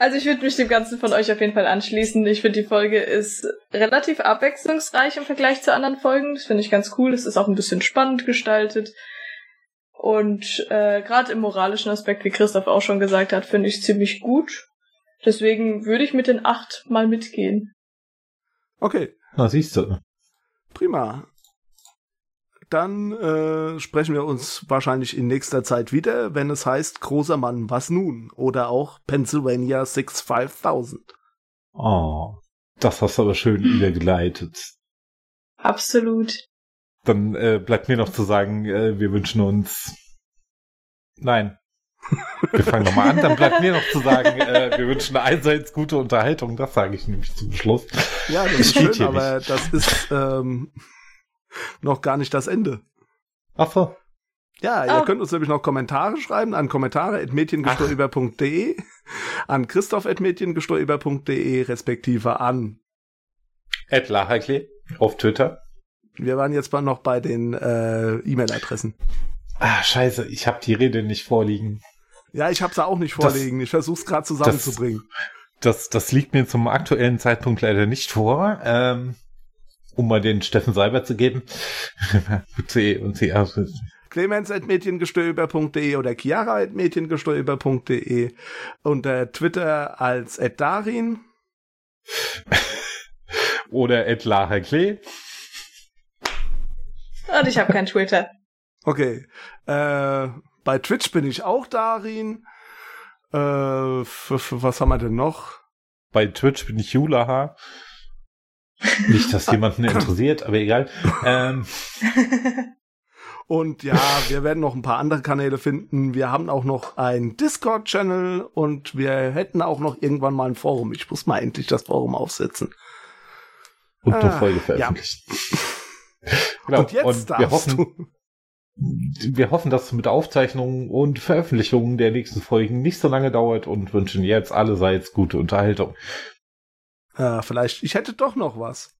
Speaker 1: Also ich würde mich dem Ganzen von euch auf jeden Fall anschließen. Ich finde, die Folge ist relativ abwechslungsreich im Vergleich zu anderen Folgen. Das finde ich ganz cool. Es ist auch ein bisschen spannend gestaltet. Und äh, gerade im moralischen Aspekt, wie Christoph auch schon gesagt hat, finde ich ziemlich gut. Deswegen würde ich mit den acht mal mitgehen.
Speaker 3: Okay,
Speaker 2: Na, siehst du.
Speaker 3: Prima. Dann äh, sprechen wir uns wahrscheinlich in nächster Zeit wieder, wenn es heißt Großer Mann, was nun? Oder auch Pennsylvania 65000.
Speaker 2: Oh, das hast du aber schön übergeleitet.
Speaker 1: Absolut.
Speaker 2: Dann äh, bleibt mir noch zu sagen, äh, wir wünschen uns. Nein. Wir fangen nochmal an. Dann bleibt mir noch zu sagen, äh, wir wünschen allseits gute Unterhaltung. Das sage ich nämlich zum Schluss.
Speaker 3: Ja, das ist
Speaker 2: Steht
Speaker 3: schön,
Speaker 2: hier
Speaker 3: aber das ist ähm, noch gar nicht das Ende.
Speaker 2: Ach so.
Speaker 3: Ja, ihr
Speaker 1: Oh.
Speaker 3: könnt uns nämlich noch Kommentare schreiben an kommentare.mediengestöber.de, an christoph.mediengestöber.de, respektive an.
Speaker 2: Ed Lacherklee auf Twitter.
Speaker 3: Wir waren jetzt mal noch bei den äh, E-Mail-Adressen.
Speaker 2: Ah, scheiße, ich habe die Rede nicht vorliegen.
Speaker 3: Ja, ich hab's auch nicht vorliegen. ich versuch's gerade zusammenzubringen.
Speaker 2: Das, das liegt mir zum aktuellen Zeitpunkt leider nicht vor. Ähm, um mal den Steffen Seibert zu geben. C und C.
Speaker 3: Clemens.mediengestöber.de e oder Chiara.mediengestöber.de unter e äh, Twitter als Darin.
Speaker 2: Oder Ed Lacher Klee.
Speaker 1: Und ich habe kein Twitter.
Speaker 3: Okay. Äh, bei Twitch bin ich auch Darin. Äh, was haben wir denn noch?
Speaker 2: Bei Twitch bin ich Julaha. Nicht, dass jemanden interessiert, aber egal. Ähm.
Speaker 3: Und ja, wir werden noch ein paar andere Kanäle finden. Wir haben auch noch einen Discord-Channel und wir hätten auch noch irgendwann mal ein Forum. Ich muss mal endlich das Forum aufsetzen.
Speaker 2: Und eine ah, Folge veröffentlichen.
Speaker 3: Ja. genau. Und jetzt und
Speaker 2: wir hoffen, du. Wir hoffen, dass es mit Aufzeichnungen und Veröffentlichungen der nächsten Folgen nicht so lange dauert und wünschen jetzt allerseits gute Unterhaltung.
Speaker 3: Ah, vielleicht, ich hätte doch noch was.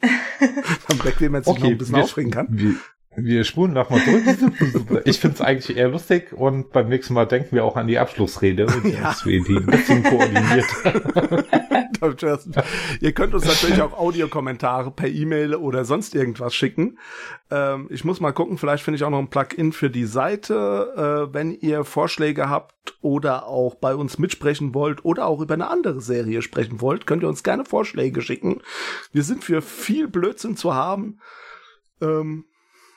Speaker 3: Damit Clemens okay, sich noch ein bisschen
Speaker 2: wir,
Speaker 3: aufregen kann.
Speaker 2: Wir, wir spulen nochmal zurück. ich finde es eigentlich eher lustig und beim nächsten Mal denken wir auch an die Abschlussrede und ja. dass wir die ein bisschen koordiniert
Speaker 3: Ihr könnt uns natürlich auch Audiokommentare per E-Mail oder sonst irgendwas schicken. Ähm, ich muss mal gucken, vielleicht finde ich auch noch ein Plugin für die Seite, äh, wenn ihr Vorschläge habt oder auch bei uns mitsprechen wollt oder auch über eine andere Serie sprechen wollt, könnt ihr uns gerne Vorschläge schicken. Wir sind für viel Blödsinn zu haben. Ähm,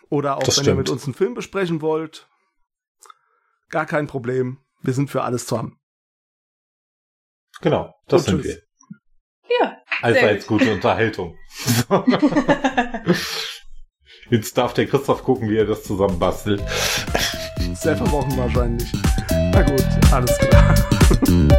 Speaker 3: oder auch das wenn stimmt. ihr mit uns einen Film besprechen wollt. Gar kein Problem. Wir sind für alles zu haben.
Speaker 2: Genau, das sind wir.
Speaker 1: Ja.
Speaker 2: Allseits gut. gute Unterhaltung. Jetzt darf der Christoph gucken, wie er das zusammenbastelt.
Speaker 3: Sehr verworren wahrscheinlich. Na gut, alles klar.